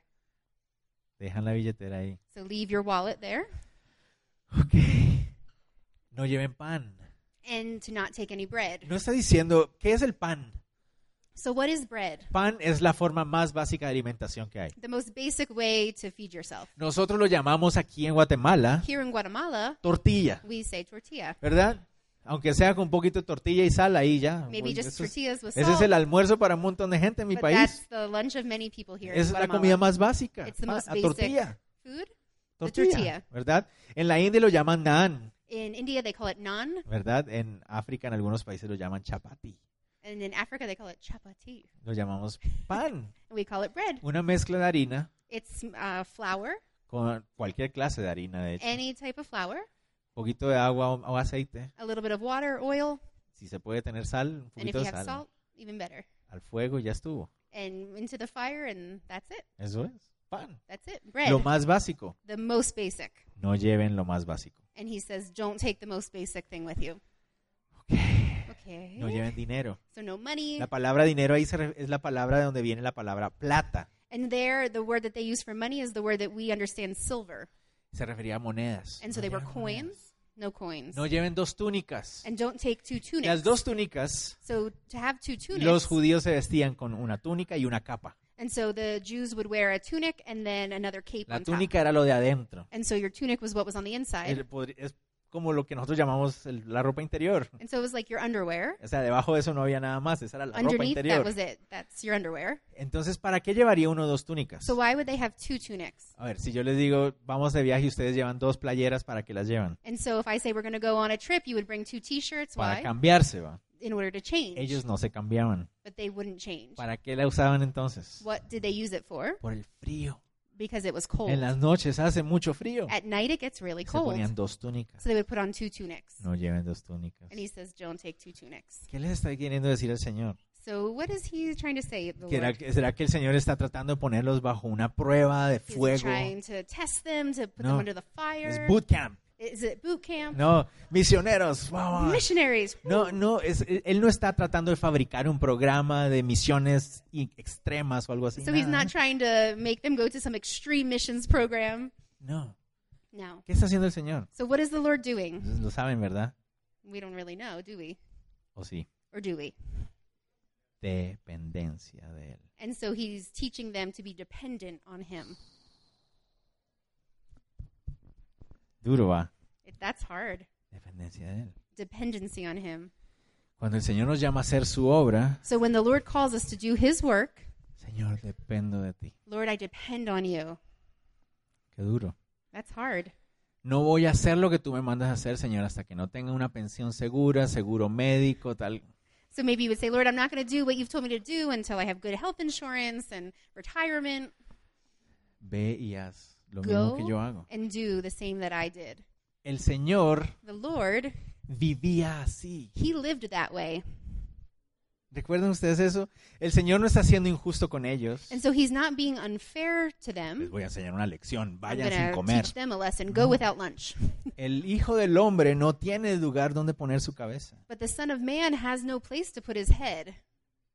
A: dejan la billetera ahí.
B: So leave your wallet there,
A: Ok. No lleven pan.
B: and to not take any bread."
A: No está diciendo, ¿qué es el pan?
B: So what is bread?
A: Pan es la forma más básica de alimentación que hay.
B: The most basic way to feed yourself.
A: Nosotros lo llamamos aquí en Guatemala
B: Here in Guatemala,
A: tortilla,
B: we say tortilla.
A: ¿verdad? Aunque sea con un poquito de tortilla y sal ahí ya.
B: Maybe
A: Uy, eso
B: just
A: es-
B: tortillas with
A: ese es
B: salt.
A: el almuerzo para un montón de gente en mi
B: but that's
A: país.
B: the lunch of many people here.
A: Es
B: in
A: la
B: Guatemala.
A: comida más básica.
B: It's the
A: pan,
B: most
A: a
B: basic
A: tortilla,
B: food.
A: tortilla,
B: tortilla.
A: ¿verdad? En la India lo llaman naan,
B: In India, they call it naan,
A: ¿verdad? En África, en algunos países lo llaman chapati.
B: and in Africa, they call it chapati,
A: Lo llamamos pan.
B: and we call it bread.
A: Una mezcla de harina
B: It's uh, flour,
A: con cualquier clase de harina, de hecho. Un
B: any type of flour,
A: poquito de agua o, o aceite.
B: a little bit of water, oil,
A: Si se puede tener sal, un
B: and if
A: poquito
B: you
A: de
B: have
A: sal.
B: salt, even better.
A: Al fuego y ya estuvo.
B: and into the fire, and that's it.
A: Eso es. Pan.
B: That's it. Bread,
A: Lo más básico.
B: the most basic.
A: No lleven lo más básico.
B: And he says, don't take the most basic thing with you. Okay.
A: No lleven dinero.
B: So no money.
A: La palabra dinero ahí se re- es la palabra de donde viene la palabra plata.
B: And there, the word that they use for money is the word that we understand silver.
A: Se refería a monedas.
B: And
A: No
B: so they were
A: lleven monedas.
B: coins, no coins.
A: No lleven dos túnicas.
B: And don't take two tunics.
A: Las dos túnicas,
B: So to have two tunics.
A: los judíos se vestían con una túnica y una capa.
B: and so the Jews would wear a tunic and then another cape
A: La
B: on top.
A: túnica era lo de adentro.
B: And so your tunic was what was on the inside.
A: El podri- Es como lo que nosotros llamamos el- la ropa interior.
B: and so it was like your underwear.
A: O sea, debajo de eso no había nada más. Esa era la ropa
B: Underneath, that
A: interior.
B: was it. That's your underwear.
A: Entonces, ¿para qué llevaría uno dos túnicas?
B: So why would they have two tunics?
A: A ver, si yo les digo, vamos de viaje y ustedes llevan dos playeras, ¿para qué las llevan?
B: And so if I say we're going to go on a trip, you would bring two t-shirts.
A: Para
B: Why?
A: cambiarse, va.
B: In order to change.
A: Ellos no se cambiaban.
B: But they wouldn't change.
A: ¿Para qué la usaban entonces?
B: What did they use it for?
A: Por el frío.
B: Because it was cold.
A: En las noches hace mucho frío.
B: At night it gets really
A: Se
B: cold.
A: ponían dos túnicas.
B: So they would put on two tunics.
A: No lleven dos túnicas.
B: And he says, don't take two tunics.
A: ¿Qué les está queriendo decir el Señor?
B: So what is he trying to say? The
A: ¿Será,
B: Lord?
A: que- será que el Señor está tratando de ponerlos bajo una prueba de
B: He's
A: fuego?
B: trying to test them, to put
A: No.
B: them under the
A: Es
B: fire.
A: bootcamp.
B: Is it boot camp?
A: No, misioneros, vamos.
B: Missionaries.
A: No, no, es- él no está tratando de fabricar un programa de misiones i- extremas o algo así.
B: So he's
A: nada, ¿eh?
B: not trying to make them go to some extreme missions program.
A: No.
B: No.
A: ¿Qué está haciendo el Señor?
B: So what is the Lord doing?
A: Lo saben, ¿verdad?
B: We don't really know, do we?
A: ¿O sí?
B: Or do we?
A: Dependencia de Él.
B: And so he's teaching them to be dependent on him.
A: Duro va.
B: It, that's hard.
A: Dependencia de Él.
B: Dependency on him.
A: Cuando el Señor nos llama a hacer su obra,
B: So when the Lord calls us to do his work,
A: Señor, dependo de ti.
B: Lord, I depend on you.
A: Qué duro.
B: That's hard.
A: No voy a hacer lo que tú me mandas a hacer, Señor, hasta que no tenga una pensión segura, seguro médico, tal.
B: So maybe you would say, Lord, I'm not going to do what you've told me to do until I have good health insurance and retirement.
A: Ve y haz lo mismo
B: Go
A: que yo hago.
B: and do the same that I did.
A: El Señor
B: The Lord,
A: vivía así.
B: he lived that way.
A: ¿Recuerdan ustedes eso? El Señor no está siendo injusto con ellos.
B: And so he's not being unfair to
A: Les
B: them.
A: voy a enseñar una lección.
B: I'm
A: Vayan sin
B: going to
A: comer. Mm-hmm.
B: teach them a lesson. Go without lunch.
A: El Hijo del Hombre no tiene lugar donde poner su cabeza.
B: But the Son of Man has no place to put his head.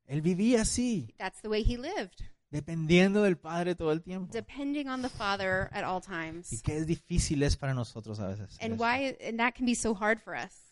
A: Él vivía así,
B: That's the way he lived,
A: dependiendo del Padre todo el tiempo.
B: depending on the Father at all
A: Y
B: times.
A: qué es difícil es para nosotros a veces. hacer
B: And
A: eso.
B: why and that can be so hard for us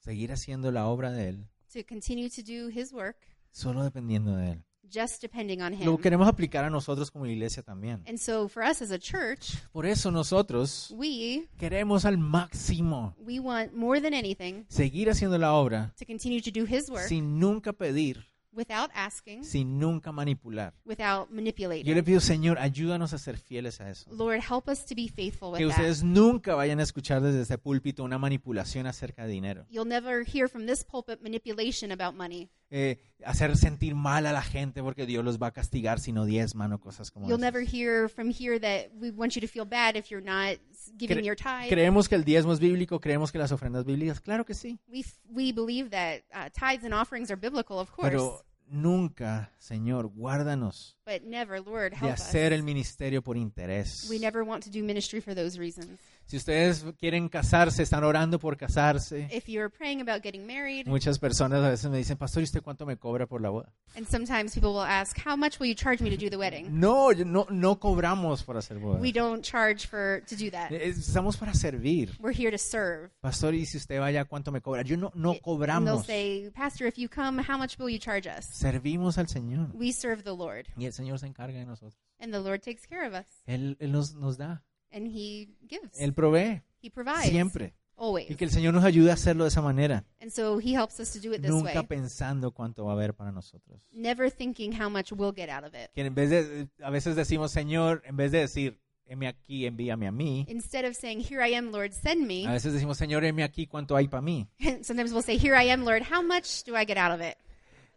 A: Seguir haciendo la obra de Él,
B: to continue to do his work
A: solo dependiendo de Él.
B: just depending on him.
A: Lo queremos aplicar a nosotros como iglesia también.
B: And so for us as a church,
A: Por eso nosotros
B: we
A: queremos al máximo
B: we want more than anything
A: seguir haciendo la obra
B: to continue to do his work
A: sin nunca pedir,
B: without asking,
A: sin nunca manipular.
B: without manipulating.
A: Yo le pido, Señor, ayúdanos a ser fieles a eso.
B: Lord, help us to be faithful with
A: Que
B: that.
A: ustedes nunca vayan a escuchar desde este púlpito una manipulación acerca de dinero.
B: You'll never hear from this pulpit manipulation about money.
A: Eh, hacer sentir mal a la gente porque Dios los va a castigar si no diezman o cosas como
B: You'll
A: esas.
B: never hear from here that we want you to feel bad if you're not s- giving
A: Cre-
B: your tithe.
A: Creemos que el diezmo es bíblico, creemos que las ofrendas bíblicas, claro que sí.
B: we, f- we believe that uh, tithes and offerings are biblical, of course,
A: Pero nunca, Señor, guárdanos
B: but never, Lord,
A: de
B: help us.
A: hacer el ministerio por interés.
B: We never want to do ministry for those reasons.
A: Si ustedes quieren casarse, están orando por casarse.
B: If you're praying about getting married,
A: Muchas personas a veces me dicen, pastor, ¿y usted cuánto me cobra por la boda?
B: and sometimes people will ask, "How much will you charge me to do the wedding?"
A: No, yo- no, no cobramos por hacer boda.
B: We don't charge for to do that.
A: Eh, Estamos para servir.
B: We're here to serve.
A: Pastor, ¿y si usted vaya, cuánto me cobra? Yo no, no
B: And they'll
A: cobramos.
B: say, Pastor, if you come, how much will you charge us?
A: Servimos al Señor.
B: We serve the Lord,
A: Y el Señor se encarga de nosotros.
B: and the Lord takes care of us,
A: Él, Él nos, nos da.
B: and He gives,
A: Él provee.
B: He provides,
A: Siempre. Y
B: always.
A: que el Señor nos ayude a hacerlo de esa manera.
B: And so He helps us to do it this
A: Nunca
B: way,
A: pensando cuánto va a haber para nosotros.
B: never thinking how much we'll get out of it.
A: Que en vez de, a veces decimos, Señor, en vez de decir, heme aquí, envíame a mí.
B: Instead of saying, Here I am, Lord, send
A: A
B: me,
A: veces decimos, Señor, heme aquí, cuánto hay para mí.
B: sometimes we'll say, Here I am, Lord, how much do I get out of it?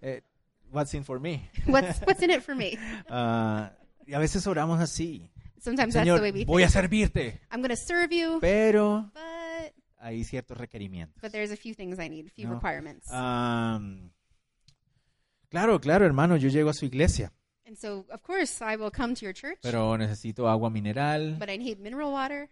A: Eh, what's in for me?
B: What's, what's in it for me?
A: Ah, y a veces oramos así.
B: Sometimes that's
A: Señor,
B: the way we
A: voy a
B: think.
A: servirte.
B: I'm going to serve you,
A: Pero
B: but,
A: hay ciertos requerimientos.
B: but there's a few things I need, a few
A: No. uh,
B: requirements.
A: Am, claro, claro, hermano, yo llego a su iglesia,
B: And so, of course, I will come to your church,
A: pero necesito agua mineral.
B: but I need mineral water,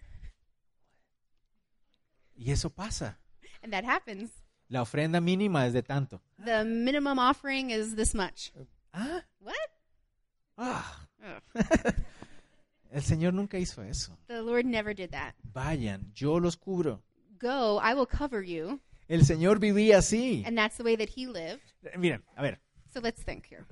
A: Y eso pasa.
B: and that happens.
A: La ofrenda mínima es de tanto.
B: The minimum offering is this much.
A: Ah,
B: What?
A: ah.
B: Ugh.
A: El Señor nunca hizo eso.
B: The Lord never did that.
A: Vayan, yo los cubro.
B: Go, I will cover you.
A: El Señor vivía así.
B: And that's the way that he lived.
A: Eh, Miren, a ver, Ah.
B: So let's think here.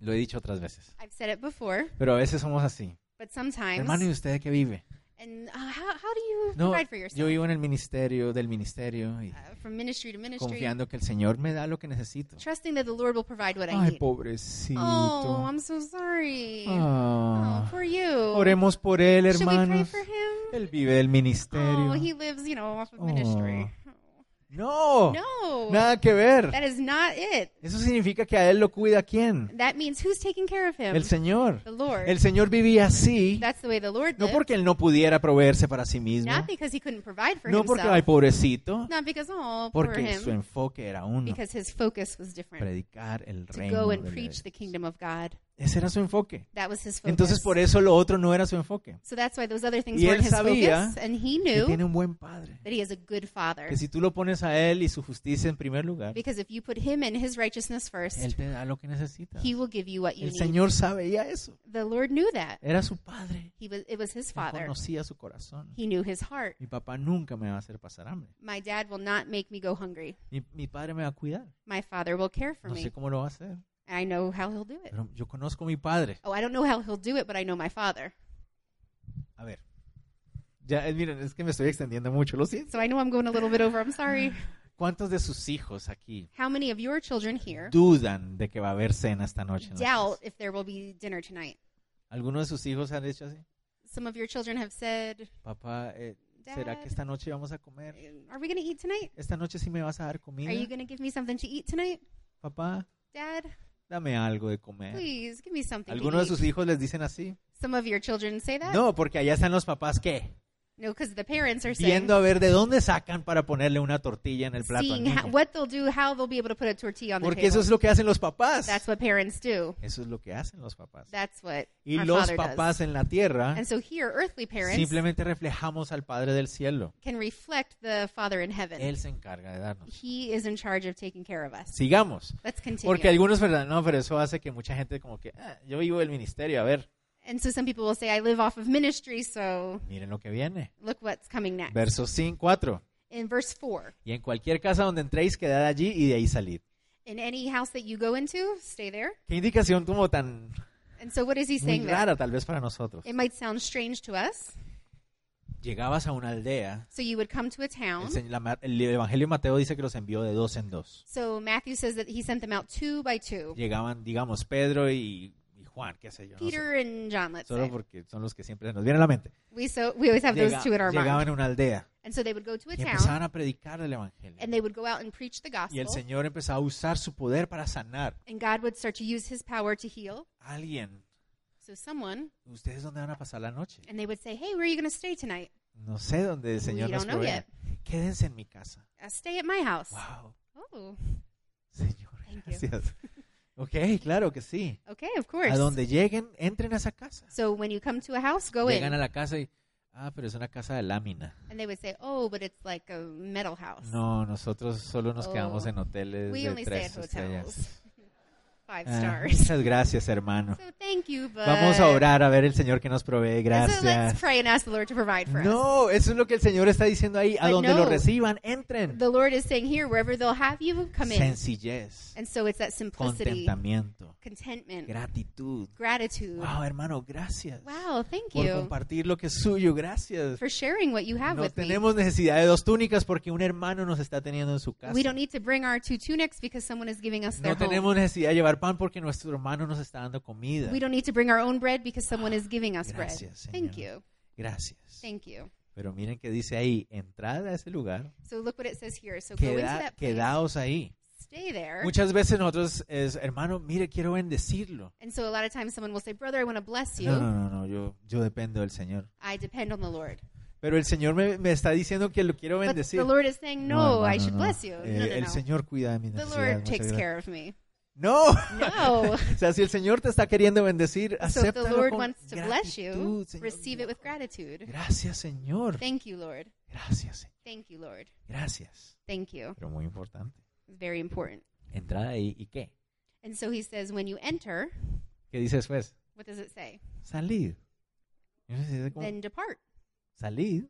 A: lo he dicho otras veces,
B: I've said it before,
A: pero a veces somos así.
B: but sometimes.
A: Hermano, ¿y usted qué vive?
B: and uh, how, how do you
A: No,
B: provide for
A: yo
B: yourself?
A: vivo en el ministerio, del ministerio, y
B: Uh, from ministry to ministry.
A: confiando que el Señor me da lo que necesito.
B: Trusting that the Lord will provide what I
A: Ay,
B: need.
A: pobrecito.
B: Oh, I'm so sorry.
A: Ah.
B: Oh, for you.
A: Oremos por él,
B: Should we pray
A: hermanos.
B: for him?
A: Él vive del ministerio.
B: Oh, he lives, you know, off of
A: Oh.
B: ministry.
A: No,
B: No.
A: nada que ver.
B: That is not it.
A: Eso significa que a él lo cuida quién?
B: That means who's taking care of him?
A: El Señor.
B: the Lord.
A: El Señor vivía así,
B: That's the way the Lord
A: no
B: lived.
A: porque él no pudiera proveerse para sí mismo,
B: Not because he couldn't provide for
A: no porque
B: himself.
A: ay pobrecito,
B: Not because oh, poor
A: porque su
B: him.
A: enfoque era uno,
B: Because his focus was different.
A: predicar el
B: To go
A: reino.
B: and
A: de
B: preach
A: Dios.
B: the kingdom of God.
A: Ese era su enfoque.
B: That was his focus.
A: Entonces por eso lo otro no era su enfoque.
B: so that's why those other things
A: Y
B: weren't
A: él
B: his
A: sabía
B: focus. And he
A: Que
B: knew
A: tiene un buen padre.
B: that he is a good father.
A: Que si tú lo pones a él y su justicia en primer lugar,
B: Because if you put him and his righteousness first,
A: él te da lo que necesitas.
B: he will give you what you
A: El
B: need.
A: Señor sabía eso.
B: The Lord knew that.
A: Era su padre.
B: He was, it was his
A: Él
B: father.
A: conocía su corazón.
B: He knew his heart.
A: Mi papá nunca me va a hacer pasar hambre.
B: My dad will not make me go hungry.
A: Mi, mi padre me va a cuidar.
B: My father will care for
A: No
B: me.
A: sé cómo lo va a hacer.
B: And I know how he'll do it.
A: Pero yo conozco a mi padre.
B: Oh, I don't know how he'll do it, but I know my father.
A: A ver. Ya, eh, miren, es que me estoy extendiendo mucho. Lo siento.
B: So I know I'm going a little bit over. I'm sorry.
A: ¿Cuántos de sus hijos aquí
B: How many of your children here
A: dudan de que va a haber cena esta noche? en la
B: doubt
A: casa?
B: if there will be dinner tonight?
A: ¿Alguno de sus hijos han dicho así?
B: Some of your children have said,
A: Papá, eh, ¿será
B: Dad.
A: que esta noche vamos a comer?
B: Are we going to eat tonight?
A: ¿Esta noche sí me vas a dar comida?
B: Are you going to give me something to eat tonight?
A: Papá,
B: Dad,
A: dame algo de comer.
B: please give me something. To
A: ¿Alguno de
B: eat.
A: sus hijos les dicen así?
B: Some of your children say that?
A: No, porque allá están los papás, ¿qué?
B: No, because the parents are saying,
A: Viendo a ver de dónde sacan para ponerle una tortilla en el plato al
B: seeing how,
A: niño.
B: what they'll do, how they'll be able to put a tortilla on the
A: Porque
B: table.
A: eso es lo que hacen los papás.
B: That's what parents do.
A: Eso es lo que hacen los papás.
B: That's what
A: Y
B: our
A: los
B: father does.
A: papás en la tierra
B: And so here, earthly parents
A: simplemente reflejamos al Padre del cielo.
B: can reflect the Father in heaven.
A: Él se encarga de darnos.
B: He is in charge of taking care of us.
A: Sigamos.
B: Let's continue.
A: Porque algunos, ¿verdad? No, pero eso hace que mucha gente como que, "Ah, yo vivo del ministerio, a ver,
B: and so some people will say, I live off of ministry, so
A: miren lo que viene.
B: look what's coming next.
A: Verso 5, 4.
B: In verse 4,
A: Y en cualquier casa donde entréis, quedad allí y de ahí salid.
B: in any house that you go into, stay there.
A: Qué indicación como tan
B: And so what is he
A: muy
B: saying Eh, there?
A: rara tal vez para nosotros.
B: It might sound strange to us.
A: Llegabas a una aldea.
B: So you would come to a town.
A: El, se- la ma- el Evangelio de Mateo dice que los envió de dos en dos.
B: So Matthew says that he sent them out two by two.
A: Llegaban, digamos, Pedro y, y Juan, qué sé yo. no sé.
B: Peter and John, let's
A: Solo
B: say.
A: porque son los que siempre nos vienen a la mente.
B: We so we always have
A: Llega-
B: those two in our
A: llegaban
B: mind.
A: a una aldea
B: And so they would go to a
A: y
B: town
A: empezaban a predicar el evangelio.
B: and they would go out and preach the
A: Y el
B: gospel.
A: Señor empezaba a usar su poder para sanar.
B: And God would start to use his power to heal.
A: Alguien,
B: So someone
A: ¿ustedes dónde van a pasar la noche?
B: and they would say, Hey, where are you gonna stay tonight?
A: No sé dónde el Señor
B: We
A: nos
B: don't know
A: provee. Quédense en mi casa.
B: Uh, stay at my house.
A: Wow,
B: Oh.
A: Señor,
B: Thank you.
A: gracias. Ok, claro que sí.
B: Okay, of
A: A
B: course.
A: donde lleguen, entren a esa casa.
B: So when you come to a house, go in.
A: Llegan a la casa y, ah, pero es una casa de lámina.
B: And they would say, Oh, but it's like a metal house.
A: No, nosotros solo nos
B: Oh.
A: quedamos en hoteles
B: We
A: de
B: only stay
A: tres
B: at hotels.
A: estrellas.
B: Five
A: Ah,
B: stars.
A: muchas gracias, hermano.
B: So thank you, but
A: Vamos a orar a ver el Señor que nos provee.
B: So let's
A: Gracias.
B: pray and ask the Lord to provide for us.
A: No, eso es lo que el Señor está diciendo ahí. A
B: But
A: donde lo
B: no.
A: reciban, entren.
B: The Lord is saying here, wherever they'll have you, come in.
A: Sencillez,
B: And so it's that simplicity,
A: contentamiento,
B: contentment,
A: gratitud.
B: gratitude.
A: Wow, hermano, gracias.
B: Wow, thank
A: Por
B: you
A: compartir lo que es suyo, gracias.
B: for sharing what you have
A: No
B: with
A: tenemos necesidad de dos túnicas porque un hermano nos está teniendo en su
B: me.
A: casa.
B: We don't need to bring our two tunics because someone is giving us
A: No
B: their home.
A: tenemos necesidad de llevar pan porque nuestro hermano nos está dando comida.
B: We don't need to bring our own bread because someone is giving us bread.
A: gracias,
B: Thank
A: Señor.
B: you.
A: Gracias.
B: Thank you.
A: Pero miren que dice ahí, entrad a ese lugar,
B: So look what it says here. So go into
A: queda,
B: that place,
A: quedaos ahí.
B: stay there.
A: Muchas veces nosotros es, hermano, mire, quiero bendecirlo.
B: And so a lot of times someone will say, Brother, I want to bless
A: No, no,
B: you.
A: no, no, yo, yo dependo del Señor.
B: I depend on the Lord.
A: Pero el Señor me, me está diciendo que lo quiero
B: But
A: bendecir.
B: the Lord is saying, No, I should
A: no.
B: bless you.
A: Eh,
B: No, no,
A: El
B: no.
A: Señor cuida de mi
B: The
A: necesidad.
B: Lord takes care of me.
A: No.
B: No.
A: o sea, si el Señor te está queriendo bendecir,
B: So if the
A: acéptalo
B: Lord
A: con
B: wants to bless you,
A: gratitud, Señor.
B: receive it with gratitude.
A: Gracias, Señor.
B: Thank you, Lord.
A: Gracias, Señor.
B: Thank you, Lord.
A: Gracias.
B: Thank you.
A: Pero muy importante.
B: It's very important.
A: Entrar ahí y qué?
B: And so he says, when you enter,
A: ¿Qué dice después?
B: what does it say?
A: Salir. Yo no sé cómo-
B: Then depart.
A: ¿Salir?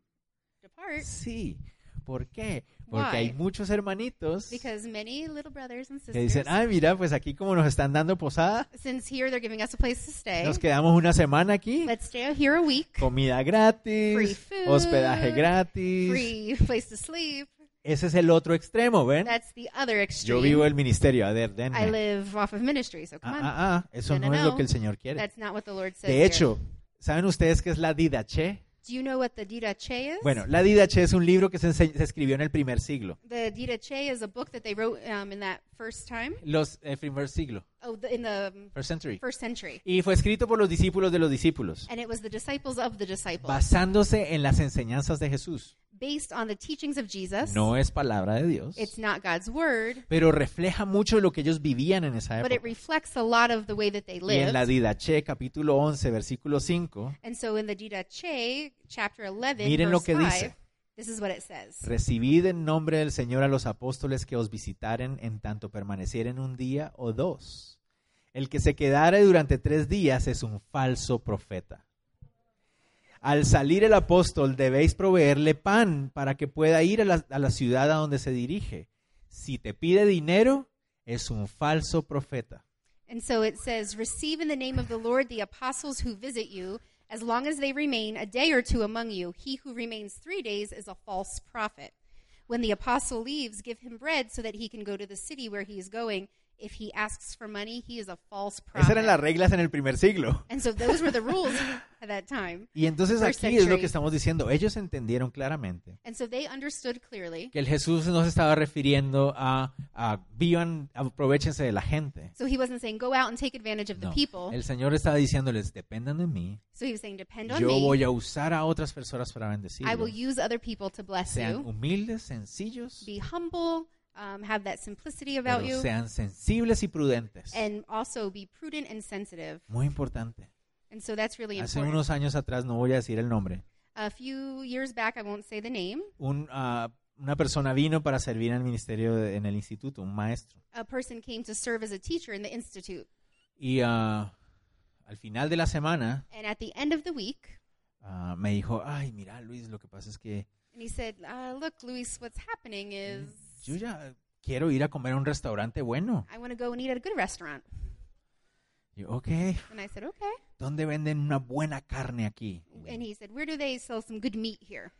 B: Depart.
A: Sí. ¿Por qué? Porque
B: Why?
A: hay muchos hermanitos
B: Because many little brothers and
A: que dicen,
B: sisters,
A: ah, mira, pues aquí como nos están dando posada,
B: since here they're giving us a place to stay,
A: nos quedamos una semana aquí.
B: let's stay out here a week.
A: Comida gratis,
B: Free food,
A: hospedaje gratis.
B: Free place to sleep.
A: Ese es el otro extremo, ¿ven?
B: That's the other
A: Yo vivo
B: extreme.
A: el ministerio, a ver,
B: I
A: denme.
B: live off of ministry, so come
A: Ah,
B: on.
A: ah, ah, eso
B: No,
A: no,
B: no,
A: es lo
B: no.
A: que el Señor quiere.
B: That's not what the Lord says.
A: De
B: here.
A: hecho, ¿saben ustedes qué es la didache?
B: do you know what the Didache is?
A: Bueno, la didache es un libro que se, ense- se escribió en el primer siglo.
B: The Didache is a book that they wrote um, in that first time.
A: Los, el primer siglo,
B: Oh, the, in the um,
A: first century.
B: first century.
A: Y fue escrito por los discípulos de los discípulos,
B: And it was the disciples of the disciples
A: basándose en las enseñanzas de Jesús.
B: based on the teachings of Jesus.
A: No es palabra de Dios,
B: It's not God's word,
A: pero refleja mucho de lo que ellos vivían en esa
B: but it
A: época.
B: reflects a lot of the way that they
A: Y en la
B: lived.
A: Didache, capítulo 11, versículo 5,
B: And so in the Didache, chapter 11,
A: miren lo
B: verse
A: que
B: 5,
A: dice.
B: this is what it says.
A: Recibid en nombre del Señor a los apóstoles que os visitaren en tanto permanecieren un día o dos. El que se quedare durante tres días es un falso profeta. Al salir el apóstol debéis proveerle pan para que pueda ir a la, a la ciudad a donde se dirige. Si te pide dinero, es un falso profeta.
B: And so it says, Receive in the name of the Lord the apostles who visit you, as long as they remain a day or two among you. He who remains three days is a false prophet. When the apostle leaves, give him bread so that he can go to the city where he is going. If he asks for money, he is a false
A: Esas eran las
B: prophet.
A: reglas en el primer siglo.
B: And so those were the rules at that time.
A: Y entonces
B: First
A: aquí es lo
B: century.
A: que estamos diciendo. Ellos entendieron claramente
B: And so they understood clearly.
A: que el Jesús no se estaba refiriendo a, a vivan, aprovechense de la gente.
B: So he wasn't saying, Go out and take advantage of the
A: No.
B: people.
A: El Señor estaba diciéndoles, dependan de mí.
B: So he was saying, Depend on
A: Yo voy
B: me.
A: a usar a otras personas para
B: I will
A: bendecirlos.
B: use other people to bless
A: Sean
B: you.
A: humildes, sencillos,
B: Be humble, um, have that simplicity about
A: pero
B: you.
A: sean sensibles y prudentes.
B: and also be prudent and sensitive.
A: Muy importante.
B: And so that's really
A: Hace
B: important.
A: unos años atrás, no voy a decir el nombre,
B: A few years back, I won't say the name,
A: un, ah, una persona vino para servir en el ministerio, de- en el instituto, un maestro.
B: a person came to serve as a teacher in the institute.
A: Y ah, al final de la semana
B: And at the end of the week,
A: ah, me dijo, ay, mira Luis, lo que pasa es que
B: and he said, uh, Look, Luis, what's happening is
A: yo ya quiero ir a comer a un restaurante bueno.
B: I want to go and eat at a good restaurant.
A: Yo, ok,
B: And I said, Okay.
A: ¿dónde venden una buena carne aquí?
B: And he said, Where do they sell some good meat here?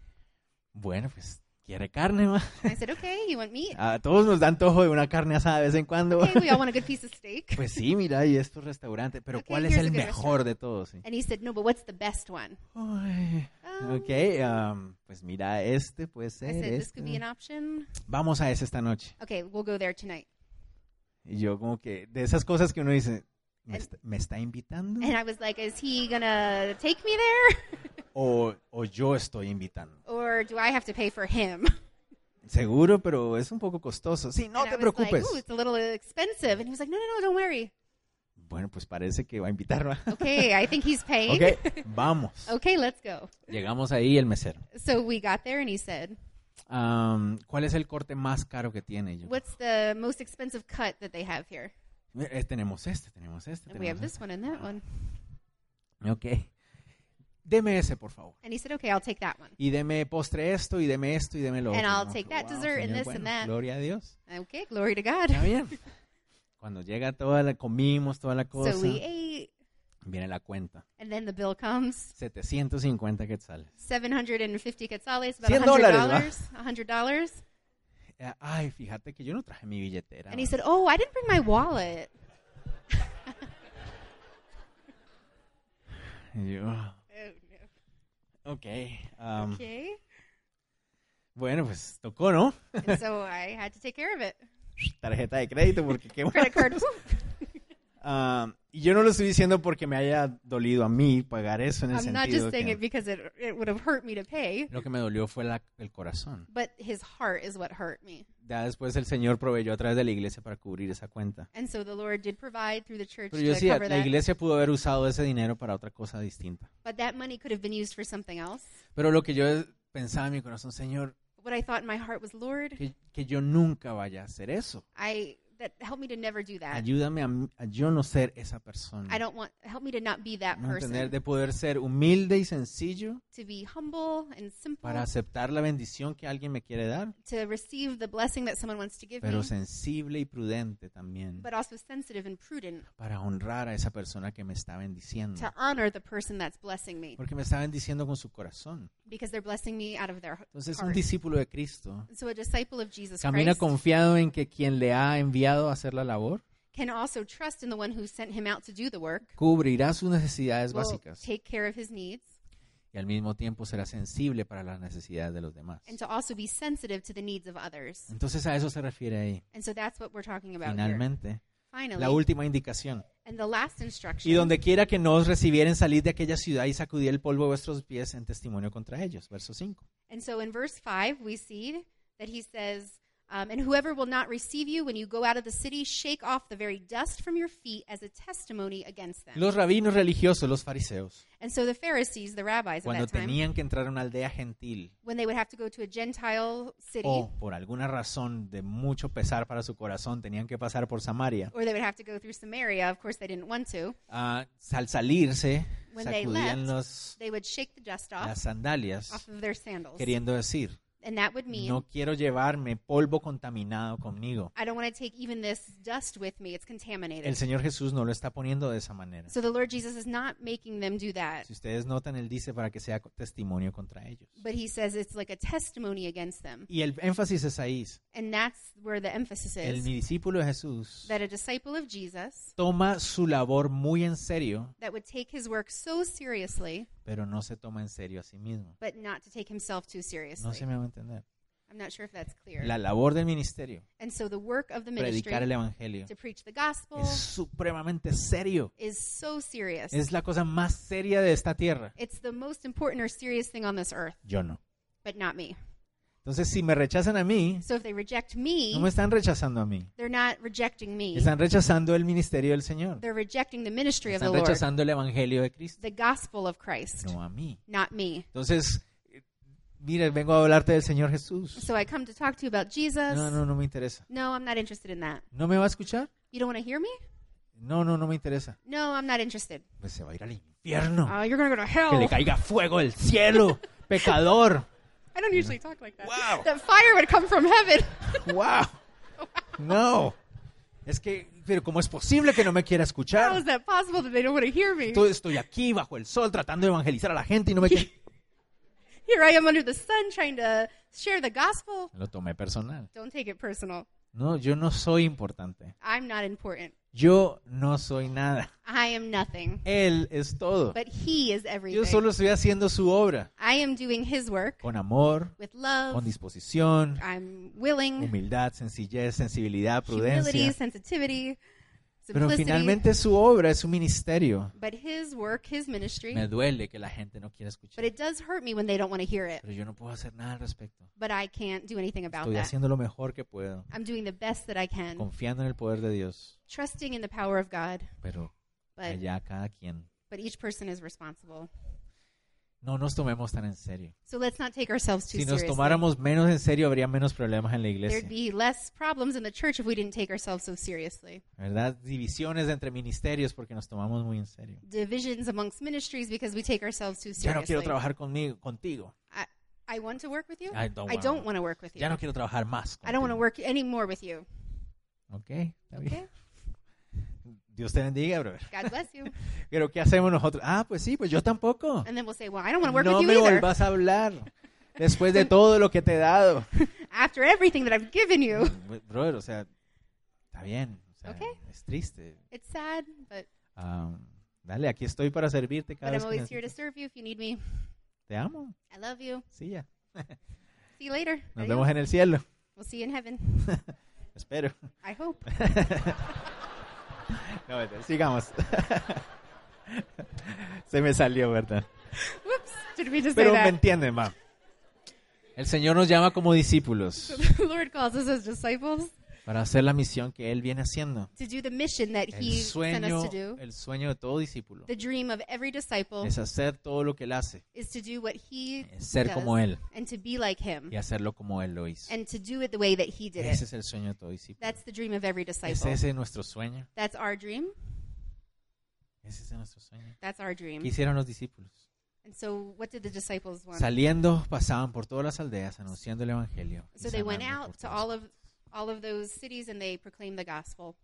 A: Bueno, pues, ¿quiere carne más?
B: And I said, Okay, you want meat?
A: A todos nos dan antojo de una carne asada de vez en cuando.
B: Okay, we all want a good piece of steak.
A: Pues sí, mira, y estos restaurantes, pero
B: Ok,
A: ¿cuál es el
B: here's a good
A: mejor de todos? Sí.
B: And he said, No, but what's the best one?
A: Ay,
B: Um,
A: ok, um, pues mira, este puede
B: I
A: ser.
B: said, This
A: este.
B: could be an option.
A: Vamos a ese esta noche.
B: Okay, we'll go there tonight.
A: Y yo como que, de esas cosas que uno dice, ¿me, está, me está invitando?
B: And I was like, Is he going to take me there?
A: O, o yo estoy invitando.
B: or do I have to pay for him?
A: Seguro, pero es un poco costoso. Sí, no
B: And I
A: te
B: was like,
A: preocupes.
B: "Ooh, it's a little expensive. And he was like, no, no, no, don't worry.
A: Bueno, pues parece que va a invitar. ¿va?
B: Okay, I think he's paying.
A: Ok, vamos.
B: Okay, let's go.
A: Llegamos ahí el mesero.
B: So we got there and he said,
A: Am, ¿Cuál es el corte más caro que tiene? Yo,
B: what's the most expensive cut that they have here?
A: "Eh, tenemos este, tenemos este,
B: And we have
A: tenemos
B: this one and that one.
A: este". Ok. Deme ese, por favor.
B: And he said, okay, I'll take that one.
A: Y deme postre esto, y deme esto, y deme lo
B: And
A: otro.
B: I'll
A: ¿no?
B: take that
A: Wow,
B: dessert and
A: señor,
B: this
A: bueno,
B: and that.
A: Gloria a Dios.
B: Okay, glory to God.
A: Está bien. Cuando llega toda la, comimos toda la cosa,
B: So we ate
A: viene la cuenta.
B: and then the bill comes.
A: 750 quetzales.
B: 750 quetzales, about
A: Cien dólares,
B: $100. $100.
A: Eh, Ay, fíjate que yo no traje mi billetera.
B: And he said, oh, I didn't bring my wallet.
A: Y yo, "Ah, ok. am,
B: Okay.
A: Bueno, pues tocó, ¿no?
B: and so I had to take care of it.
A: Tarjeta de crédito, porque qué bueno.
B: Credit card. whoop.
A: Ah, y yo no lo estoy diciendo porque me haya dolido a mí pagar eso en el
B: I'm
A: sentido
B: not just
A: que
B: saying it because it, it would have hurt me to pay,
A: lo que me dolió fue la- el corazón.
B: but his heart is what hurt me.
A: Ya después el Señor proveyó a través de la iglesia para cubrir esa cuenta.
B: And so the Lord did provide through the church
A: Pero yo
B: to
A: sí,
B: cover
A: la
B: that.
A: iglesia pudo haber usado ese dinero para otra cosa distinta.
B: But that money could have been used for something else.
A: Pero lo que yo pensaba en mi corazón, Señor,
B: What I thought in my heart was, Lord,
A: que, que yo nunca vaya a hacer eso.
B: I that help me to never do that.
A: Ayúdame a, mí- a yo no ser esa persona.
B: I don't want help me to not be that
A: No tener
B: person.
A: de poder ser humilde y sencillo
B: To be humble and simple,
A: para aceptar la bendición que alguien me quiere dar,
B: to receive the blessing that someone wants to give me,
A: pero sensible y prudente también.
B: but also sensitive and prudent
A: para honrar a esa persona que me está bendiciendo.
B: to honor the person that's blessing me
A: Porque me está bendiciendo con su corazón.
B: because they're blessing me out of their
A: Entonces, un
B: heart.
A: discípulo de Cristo
B: So a disciple of Jesus
A: camina
B: Christ
A: confiado en que quien le ha enviado a hacer la labor
B: can also trust in the one who sent him out to do the work,
A: cubrirá sus necesidades
B: will
A: básicas
B: take care of his needs,
A: y al mismo tiempo será sensible para las necesidades de los demás.
B: and to also be sensitive to the needs of others.
A: Entonces a eso se refiere ahí.
B: And so that's what we're talking about here.
A: Mm-hmm. Finalmente, la
B: Finally,
A: última indicación.
B: and the last
A: Y
B: instruction.
A: donde quiera que no os recibieren, salid de aquella ciudad y sacudid el polvo de vuestros pies en testimonio contra ellos. Verso 5.
B: And so in verse 5, we see that he says, um, And whoever will not receive you when you go out of the city, shake off the very dust from your feet as a testimony against them.
A: Los rabinos religiosos, los fariseos,
B: and so the Pharisees, the rabbis at
A: cuando
B: that time,
A: tenían que entrar a una aldea gentil
B: when they would have to go to a Gentile city,
A: o por alguna razón de mucho pesar para su corazón tenían que pasar por Samaria,
B: or they would have to go through Samaria, of course they didn't want to,
A: ah, al salirse
B: When they
A: sacudían
B: left,
A: los-
B: they would shake the dust off,
A: las sandalias
B: off of their sandals.
A: queriendo decir,
B: And that would mean,
A: no quiero llevarme polvo contaminado conmigo.
B: I don't want to take even this dust with me, it's contaminated.
A: El Señor Jesús no lo está poniendo de esa manera.
B: so the Lord Jesus is not making them do that.
A: Si ustedes notan, Él dice para que sea testimonio contra ellos.
B: But he says it's like a testimony against them.
A: Y el énfasis es ahí.
B: And that's where the emphasis
A: El
B: is
A: discípulo de Jesús
B: that a disciple of Jesus
A: toma su labor muy en serio,
B: that would take his work so seriously,
A: pero no se toma en serio a sí mismo.
B: but not to take himself too seriously.
A: No se me va a entender.
B: I'm not sure if that's clear.
A: La labor del ministerio,
B: and so the work of the ministry
A: predicar el evangelio,
B: to preach the gospel
A: es supremamente serio.
B: is so serious.
A: Es la cosa más seria de esta tierra.
B: it's the most important or serious thing on this earth,
A: Yo no.
B: but not me.
A: Entonces, si me rechazan a mí,
B: So if they reject me,
A: no me están rechazando a mí.
B: they're not rejecting me.
A: Están rechazando el ministerio del Señor.
B: They're rejecting the ministry of the
A: Están
B: Lord,
A: rechazando el evangelio de Cristo.
B: the gospel of Christ,
A: No a mí.
B: not me.
A: Entonces, eh, mira, vengo a hablarte del Señor Jesús.
B: So I come to talk to you about Jesus.
A: No, no, no me interesa.
B: No, I'm not interested in that.
A: ¿No me va a escuchar?
B: You don't want to hear me?
A: No, no, no me interesa.
B: No, I'm not interested.
A: Pues se va a ir al infierno.
B: Oh, you're going to go to
A: Que
B: hell.
A: le caiga fuego del cielo. Pecador.
B: I don't usually talk like that.
A: Wow.
B: That fire would come from heaven.
A: ¡Wow! No. Es que, pero ¿cómo es posible que no me quiera
B: How is
A: escuchar?
B: that possible that they don't want to hear me?
A: Tú- Estoy aquí bajo el sol tratando de evangelizar a la gente y no me quiere.
B: Here I am under the sun trying to share the gospel.
A: Lo tomé personal.
B: Don't take it personal.
A: No, yo no soy importante.
B: I'm not important.
A: Yo no soy nada.
B: I am nothing.
A: Él es todo.
B: But he is
A: Yo
B: everything.
A: solo estoy haciendo su obra.
B: I am doing his work
A: Con amor,
B: with
A: con
B: love.
A: disposición,
B: I'm willing.
A: humildad, sencillez, sensibilidad,
B: Humility,
A: prudencia.
B: sensitivity,
A: Pero
B: simplicity.
A: finalmente es su obra, es su ministerio.
B: but his work, his ministry.
A: Me duele que la gente no quiera
B: But
A: escuchar.
B: it does hurt me when they don't want to hear it.
A: Pero yo no puedo hacer nada al respecto.
B: But I can't do anything about
A: Estoy
B: that.
A: haciendo lo mejor que puedo,
B: I'm doing the best that I can,
A: confiando en el poder de Dios.
B: trusting in the power of God.
A: Pero
B: But
A: allá cada quien.
B: but each person is responsible.
A: No nos tomemos tan en serio.
B: So let's not take ourselves
A: Si
B: too
A: nos
B: seriously.
A: tomáramos menos en serio, habría menos problemas en la
B: There'd
A: iglesia.
B: be less problems in the church if we didn't take ourselves so seriously.
A: ¿Verdad? Divisiones entre ministerios porque nos tomamos muy en serio.
B: Divisions amongst ministries because we take ourselves too
A: Ya no
B: seriously.
A: quiero trabajar conmigo, contigo.
B: I, I want to work with you.
A: I don't wanna work.
B: want to work with you.
A: Ya no quiero trabajar más.
B: I don't want to
A: contigo.
B: work any more with you.
A: Ok, está bien.
B: Okay?
A: Dios te bendiga, brother.
B: God bless you.
A: Pero ¿qué hacemos nosotros? Ah, pues sí, pues yo tampoco.
B: And then we'll say, well, I don't want to work
A: No
B: with
A: me
B: you either.
A: volvás a hablar después de todo lo que te he dado.
B: After everything that I've given you.
A: Brother, o sea, está bien. o sea,
B: Ok.
A: Es triste.
B: It's sad, but,
A: Ah, dale, aquí estoy para servirte
B: but
A: cada
B: I'm
A: vez que
B: always here to
A: necesites.
B: serve you if you need me.
A: Te amo.
B: I love you.
A: Sí, ya.
B: See you later.
A: Nos
B: Adios.
A: vemos en el cielo.
B: We'll see you in heaven.
A: Espero.
B: I hope.
A: No, mentira, sigamos. Se me salió, ¿verdad?
B: Whoops. Did we just
A: Pero
B: say
A: me
B: that?
A: entienden, ma. El Señor nos llama como discípulos
B: the Lord calls us as disciples
A: para hacer la misión que Él viene haciendo.
B: to do the mission that
A: El
B: He sent us
A: sueño,
B: to do.
A: el sueño de todo discípulo
B: The dream of every disciple
A: es hacer todo lo que Él hace,
B: is to do what He
A: es ser
B: does
A: como Él
B: and to be like Him
A: y hacerlo como Él lo hizo.
B: and to do it the way that He did
A: Ese
B: it.
A: es el sueño de todo discípulo.
B: That's the dream of every disciple.
A: ¿Es ese nuestro sueño?
B: That's our dream.
A: ¿Es ese nuestro sueño?
B: That's our
A: ¿Qué
B: dream.
A: hicieron los discípulos?
B: And so, what did the disciples want?
A: Saliendo, pasaban por todas las aldeas anunciando el Evangelio. y
B: So they went
A: sanando por
B: out to
A: todas
B: all of all of those cities and they proclaimed the gospel.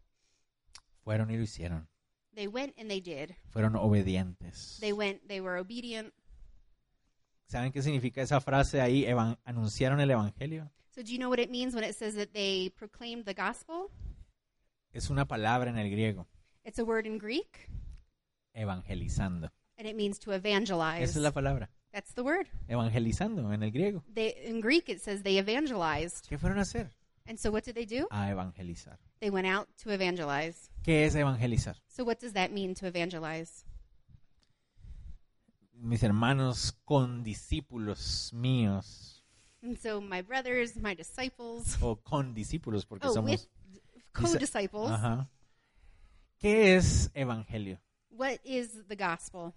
A: Fueron y lo hicieron.
B: They went and they did.
A: Fueron obedientes.
B: They went. They were obedient.
A: ¿Saben qué significa esa frase ahí? evan- anunciaron el Evangelio.
B: So do you know what it means when it says that they proclaimed the gospel?
A: Es una palabra en el griego,
B: It's a word in Greek,
A: evangelizando.
B: and it means to evangelize.
A: Esa es la palabra,
B: That's the word.
A: evangelizando en el griego.
B: They in Greek it says they evangelized.
A: ¿Qué fueron a hacer?
B: And so what did they do?
A: A evangelizar.
B: They went out to evangelize.
A: ¿Qué es evangelizar?
B: So what does that mean to evangelize?
A: Mis hermanos, con discípulos míos,
B: And so, my brothers, my disciples,
A: o con discípulos, porque
B: oh, with
A: somos...
B: co disciples,
A: Ajá. ¿Qué es evangelio?
B: what is the gospel?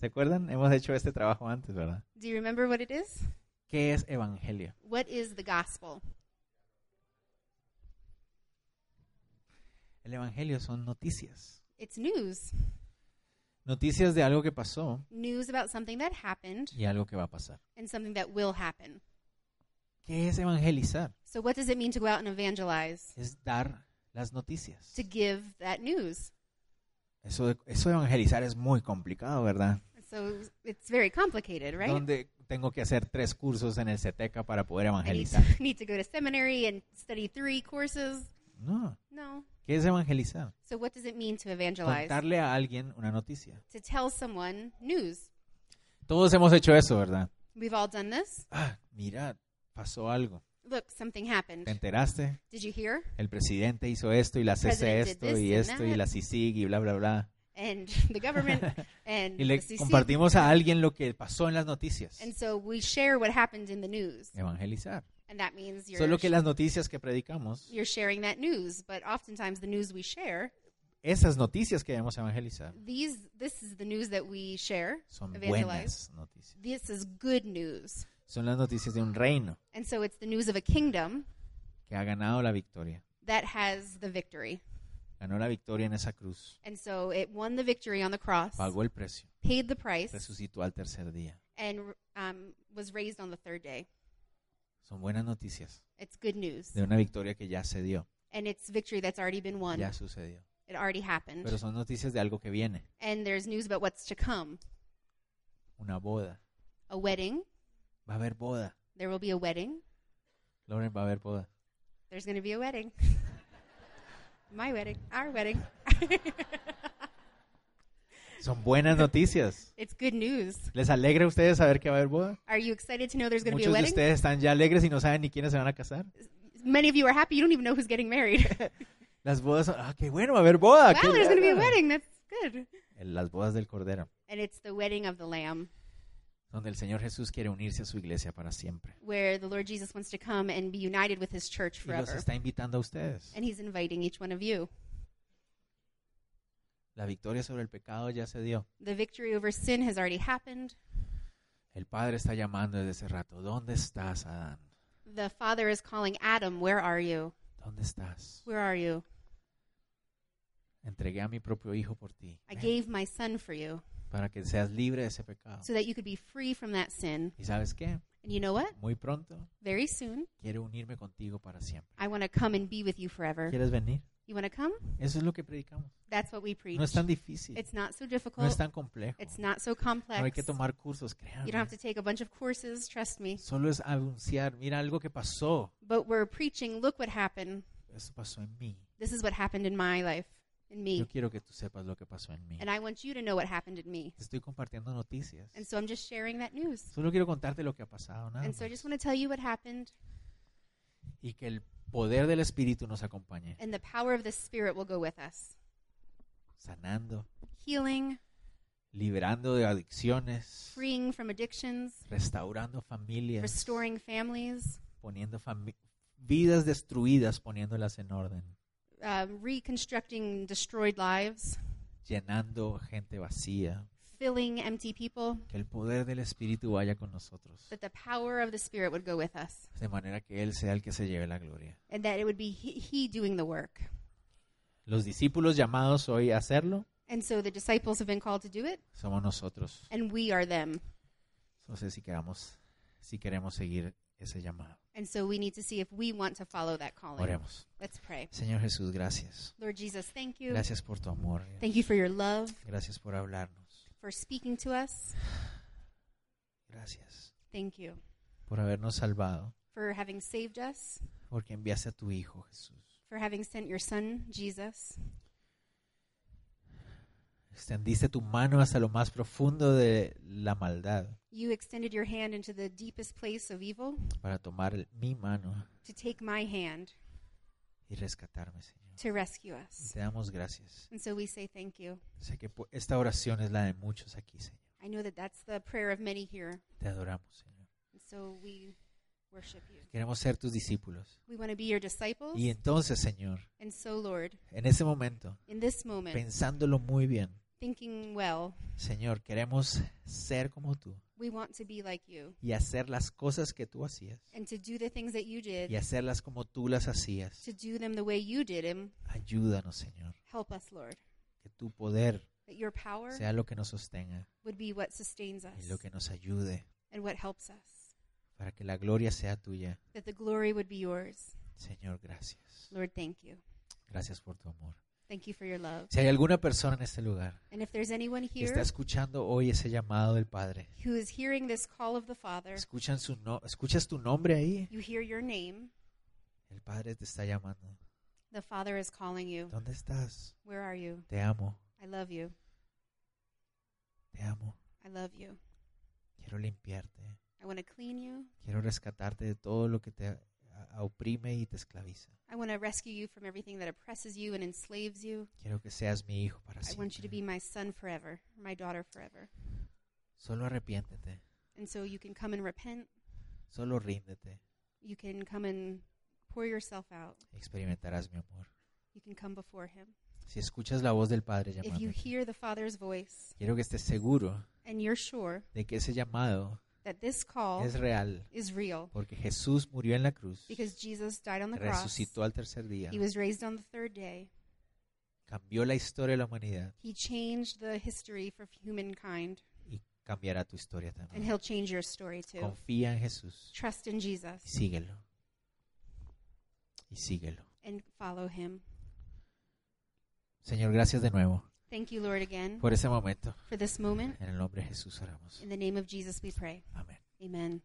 A: ¿Se acuerdan? Hemos hecho este trabajo antes, ¿verdad?
B: Do you remember what it is?
A: ¿Qué es evangelio?
B: What is the gospel?
A: El evangelio son noticias.
B: It's news.
A: Noticias de algo que pasó
B: News about something that happened
A: y algo que va a pasar.
B: and something that will happen.
A: ¿Qué es evangelizar?
B: So, what does it mean to go out and evangelize?
A: Es dar las noticias.
B: To give that news.
A: Eso de, eso de evangelizar es muy complicado, ¿verdad?
B: So, it's very complicated, right?
A: Donde tengo que hacer tres cursos en el CETECA para poder
B: I need,
A: evangelizar.
B: need to go to seminary and study three courses.
A: No.
B: No.
A: ¿Qué es evangelizar?
B: So, what does it mean to evangelize?
A: Contarle a alguien una noticia.
B: To tell someone news.
A: Todos hemos hecho eso, ¿verdad?
B: We've all done this.
A: Ah, mira, pasó algo.
B: Look, something
A: ¿Te
B: happened.
A: enteraste?
B: Did you hear?
A: El presidente hizo esto y la CC
B: President did
A: esto
B: this
A: y
B: and
A: esto y
B: that.
A: la CICIG y bla, bla, bla.
B: And the government and
A: Y le
B: the CC.
A: compartimos a alguien lo que pasó en las noticias.
B: And so we share what happened in the news.
A: Evangelizar.
B: And that means you're,
A: Solo que las noticias que predicamos,
B: you're sharing that news. But oftentimes, the news we share,
A: esas noticias que debemos evangelizar,
B: these this is the news that we share,
A: son
B: evangelize.
A: buenas noticias.
B: This is good news.
A: Son las noticias de un reino
B: And so it's the news of a kingdom
A: que ha ganado la victoria.
B: that has the victory.
A: Ganó la victoria en esa cruz.
B: And so it won the victory on the cross,
A: Pagó el precio.
B: paid the price,
A: Resucitó al tercer día.
B: and um, was raised on the third day.
A: Son buenas noticias
B: It's good news.
A: de una victoria que ya se dio,
B: And it's victory that's already been won.
A: ya sucedió.
B: It already happened.
A: Pero son noticias de algo que viene.
B: and there's news about what's to come.
A: Una boda.
B: A wedding.
A: Va a haber boda.
B: There will be a wedding.
A: Lauren, va a haber boda.
B: There's going to be a wedding. My wedding. Our wedding.
A: Son buenas noticias.
B: it's good news.
A: ¿Les alegra a ustedes saber que va a haber boda?
B: Are you excited to know there's going to be
A: Muchos
B: a
A: de
B: wedding?
A: ustedes están ya alegres y no saben ni quiénes se van a casar.
B: Many of you are happy. You don't even know who's getting married.
A: Las bodas son, ah, qué bueno, va a haber boda.
B: wow,
A: qué
B: there's going to be a
A: bueno.
B: wedding. That's good.
A: El- Las bodas del Cordero,
B: And it's the wedding of the Lamb,
A: donde el Señor Jesús quiere unirse a su iglesia para siempre.
B: where the Lord Jesus wants to come and be united with his church
A: Y los
B: forever.
A: está invitando a ustedes.
B: And he's inviting each one of you.
A: La victoria sobre el pecado ya se dio.
B: The victory over sin has already happened.
A: El Padre está llamando desde ese rato. ¿Dónde estás, Adán?
B: The Father is calling Adam, Where are you?
A: ¿Dónde estás?
B: Where are you?
A: Entregué a mi propio hijo por ti.
B: I
A: Ven,
B: gave my son for you
A: para que seas libre de ese pecado.
B: so that you could be free from that sin.
A: ¿Y sabes qué?
B: And you know what?
A: Muy pronto
B: Very soon,
A: quiero unirme contigo para siempre.
B: I want to come and be with you forever.
A: ¿Quieres venir?
B: You want to come?
A: Eso es lo que predicamos.
B: That's what we preach.
A: No es tan difícil.
B: It's not
A: No
B: so
A: es
B: difficult.
A: tan complejo.
B: It's not so
A: No hay
B: complex.
A: que
B: You
A: tomar cursos, créanme.
B: don't have to take a bunch of courses, trust me.
A: Solo es anunciar, mira algo que pasó.
B: But we're preaching, look what happened.
A: Eso pasó en mí.
B: This is what happened in my life, in me.
A: Yo quiero que tú sepas lo que pasó en mí.
B: And I want you to know what happened in me.
A: Te estoy compartiendo noticias.
B: And so I'm just sharing that news.
A: Solo quiero contarte lo que ha pasado. nada
B: And so I
A: más.
B: just want to tell you what happened.
A: Y que el poder del Espíritu nos acompañe.
B: And the power of the Spirit will go with us.
A: Sanando,
B: Healing,
A: liberando de adicciones,
B: freeing from addictions,
A: restaurando familias,
B: restoring families,
A: poniendo fami- vidas destruidas, poniéndolas en orden,
B: um, reconstructing destroyed lives,
A: llenando gente vacía.
B: filling empty people.
A: Que el poder del Espíritu vaya con nosotros.
B: that the power of the Spirit would go with us,
A: De manera que Él sea el que se lleve la gloria.
B: and that it would be He, he doing the work.
A: Los discípulos llamados hoy a hacerlo
B: And so the disciples have been called to do it,
A: somos nosotros.
B: and we are them.
A: No sé si queramos, si queremos seguir ese llamado.
B: And so we need to see if we want to follow that calling.
A: Oremos.
B: Let's pray.
A: Señor Jesús, gracias.
B: Lord Jesus, thank you.
A: Gracias por tu amor.
B: Thank you for your love,
A: Gracias por hablarnos.
B: for speaking to us.
A: Gracias
B: Thank you
A: por habernos salvado,
B: for having saved us,
A: porque enviaste a tu Hijo Jesús.
B: for having sent your Son, Jesus.
A: Extendiste tu mano hasta lo más profundo de la maldad
B: You extended your hand into the deepest place of evil
A: para tomar el- mi mano
B: to take my hand
A: y rescatarme, Señor.
B: to rescue
A: Y
B: us.
A: te damos gracias.
B: And so we say thank you.
A: Sé que po- esta oración es la de muchos aquí, Señor.
B: I know that that's the prayer of many here.
A: Te adoramos, Señor.
B: And so we worship you.
A: Queremos ser tus discípulos.
B: We want to be your disciples.
A: Y entonces, Señor,
B: And so, Lord,
A: en ese momento,
B: in this moment,
A: pensándolo muy bien,
B: thinking well,
A: Señor, queremos ser como tú
B: we want to be like you
A: y hacer las cosas que tú hacías
B: and to do the things that you
A: y
B: did,
A: hacerlas como tú las hacías.
B: to do them the way you did them.
A: Ayúdanos, Señor,
B: Help us, Lord,
A: que tu poder
B: that your power
A: sea lo que nos sostenga
B: would be what sustains
A: y
B: us
A: lo que nos ayude
B: and what helps us,
A: para que la gloria sea tuya.
B: that the glory would be yours.
A: Señor, gracias.
B: Lord, thank you.
A: Gracias por tu amor.
B: Thank you for your love.
A: Si hay alguna persona en este lugar
B: And if there's anyone
A: que está
B: here
A: escuchando hoy ese llamado del Padre,
B: who is hearing this call of the Father,
A: escuchan su no- escuchas tu nombre ahí,
B: you hear your name,
A: el Padre te está llamando.
B: the Father is calling you.
A: ¿Dónde estás?
B: Where are you?
A: Te amo,
B: I love you.
A: te amo.
B: I love you.
A: Quiero limpiarte.
B: I want to clean you.
A: Quiero rescatarte de todo lo que te a- a- oprime y te esclaviza.
B: I want to rescue you from everything that oppresses you and enslaves you.
A: Quiero que seas mi hijo para
B: I want you to be
A: siempre.
B: my son forever, my daughter forever.
A: Solo arrepiéntete.
B: And so you can come and repent.
A: Solo ríndete.
B: You can come and pour yourself out.
A: Experimentarás mi amor.
B: You can come before him.
A: Si escuchas la voz del Padre
B: If you
A: llamándote,
B: hear the Father's voice
A: quiero que estés seguro
B: and you're sure
A: de que ese llamado
B: that this call
A: es real,
B: is real
A: porque Jesús murió en la cruz,
B: because Jesus died on the cross,
A: resucitó al tercer día,
B: he was raised on the third day,
A: cambió la historia de la humanidad
B: he changed the history for humankind,
A: y cambiará tu historia
B: and
A: también.
B: he'll change your story too.
A: Confía en Jesús
B: Trust in
A: y
B: Jesus
A: síguelo. Y síguelo.
B: and follow him.
A: Señor, gracias de nuevo
B: Thank you, Lord, again
A: por ese momento.
B: for this moment.
A: En el nombre de Jesús oramos.
B: In the name of Jesus, we pray.
A: Amén.
B: Amen.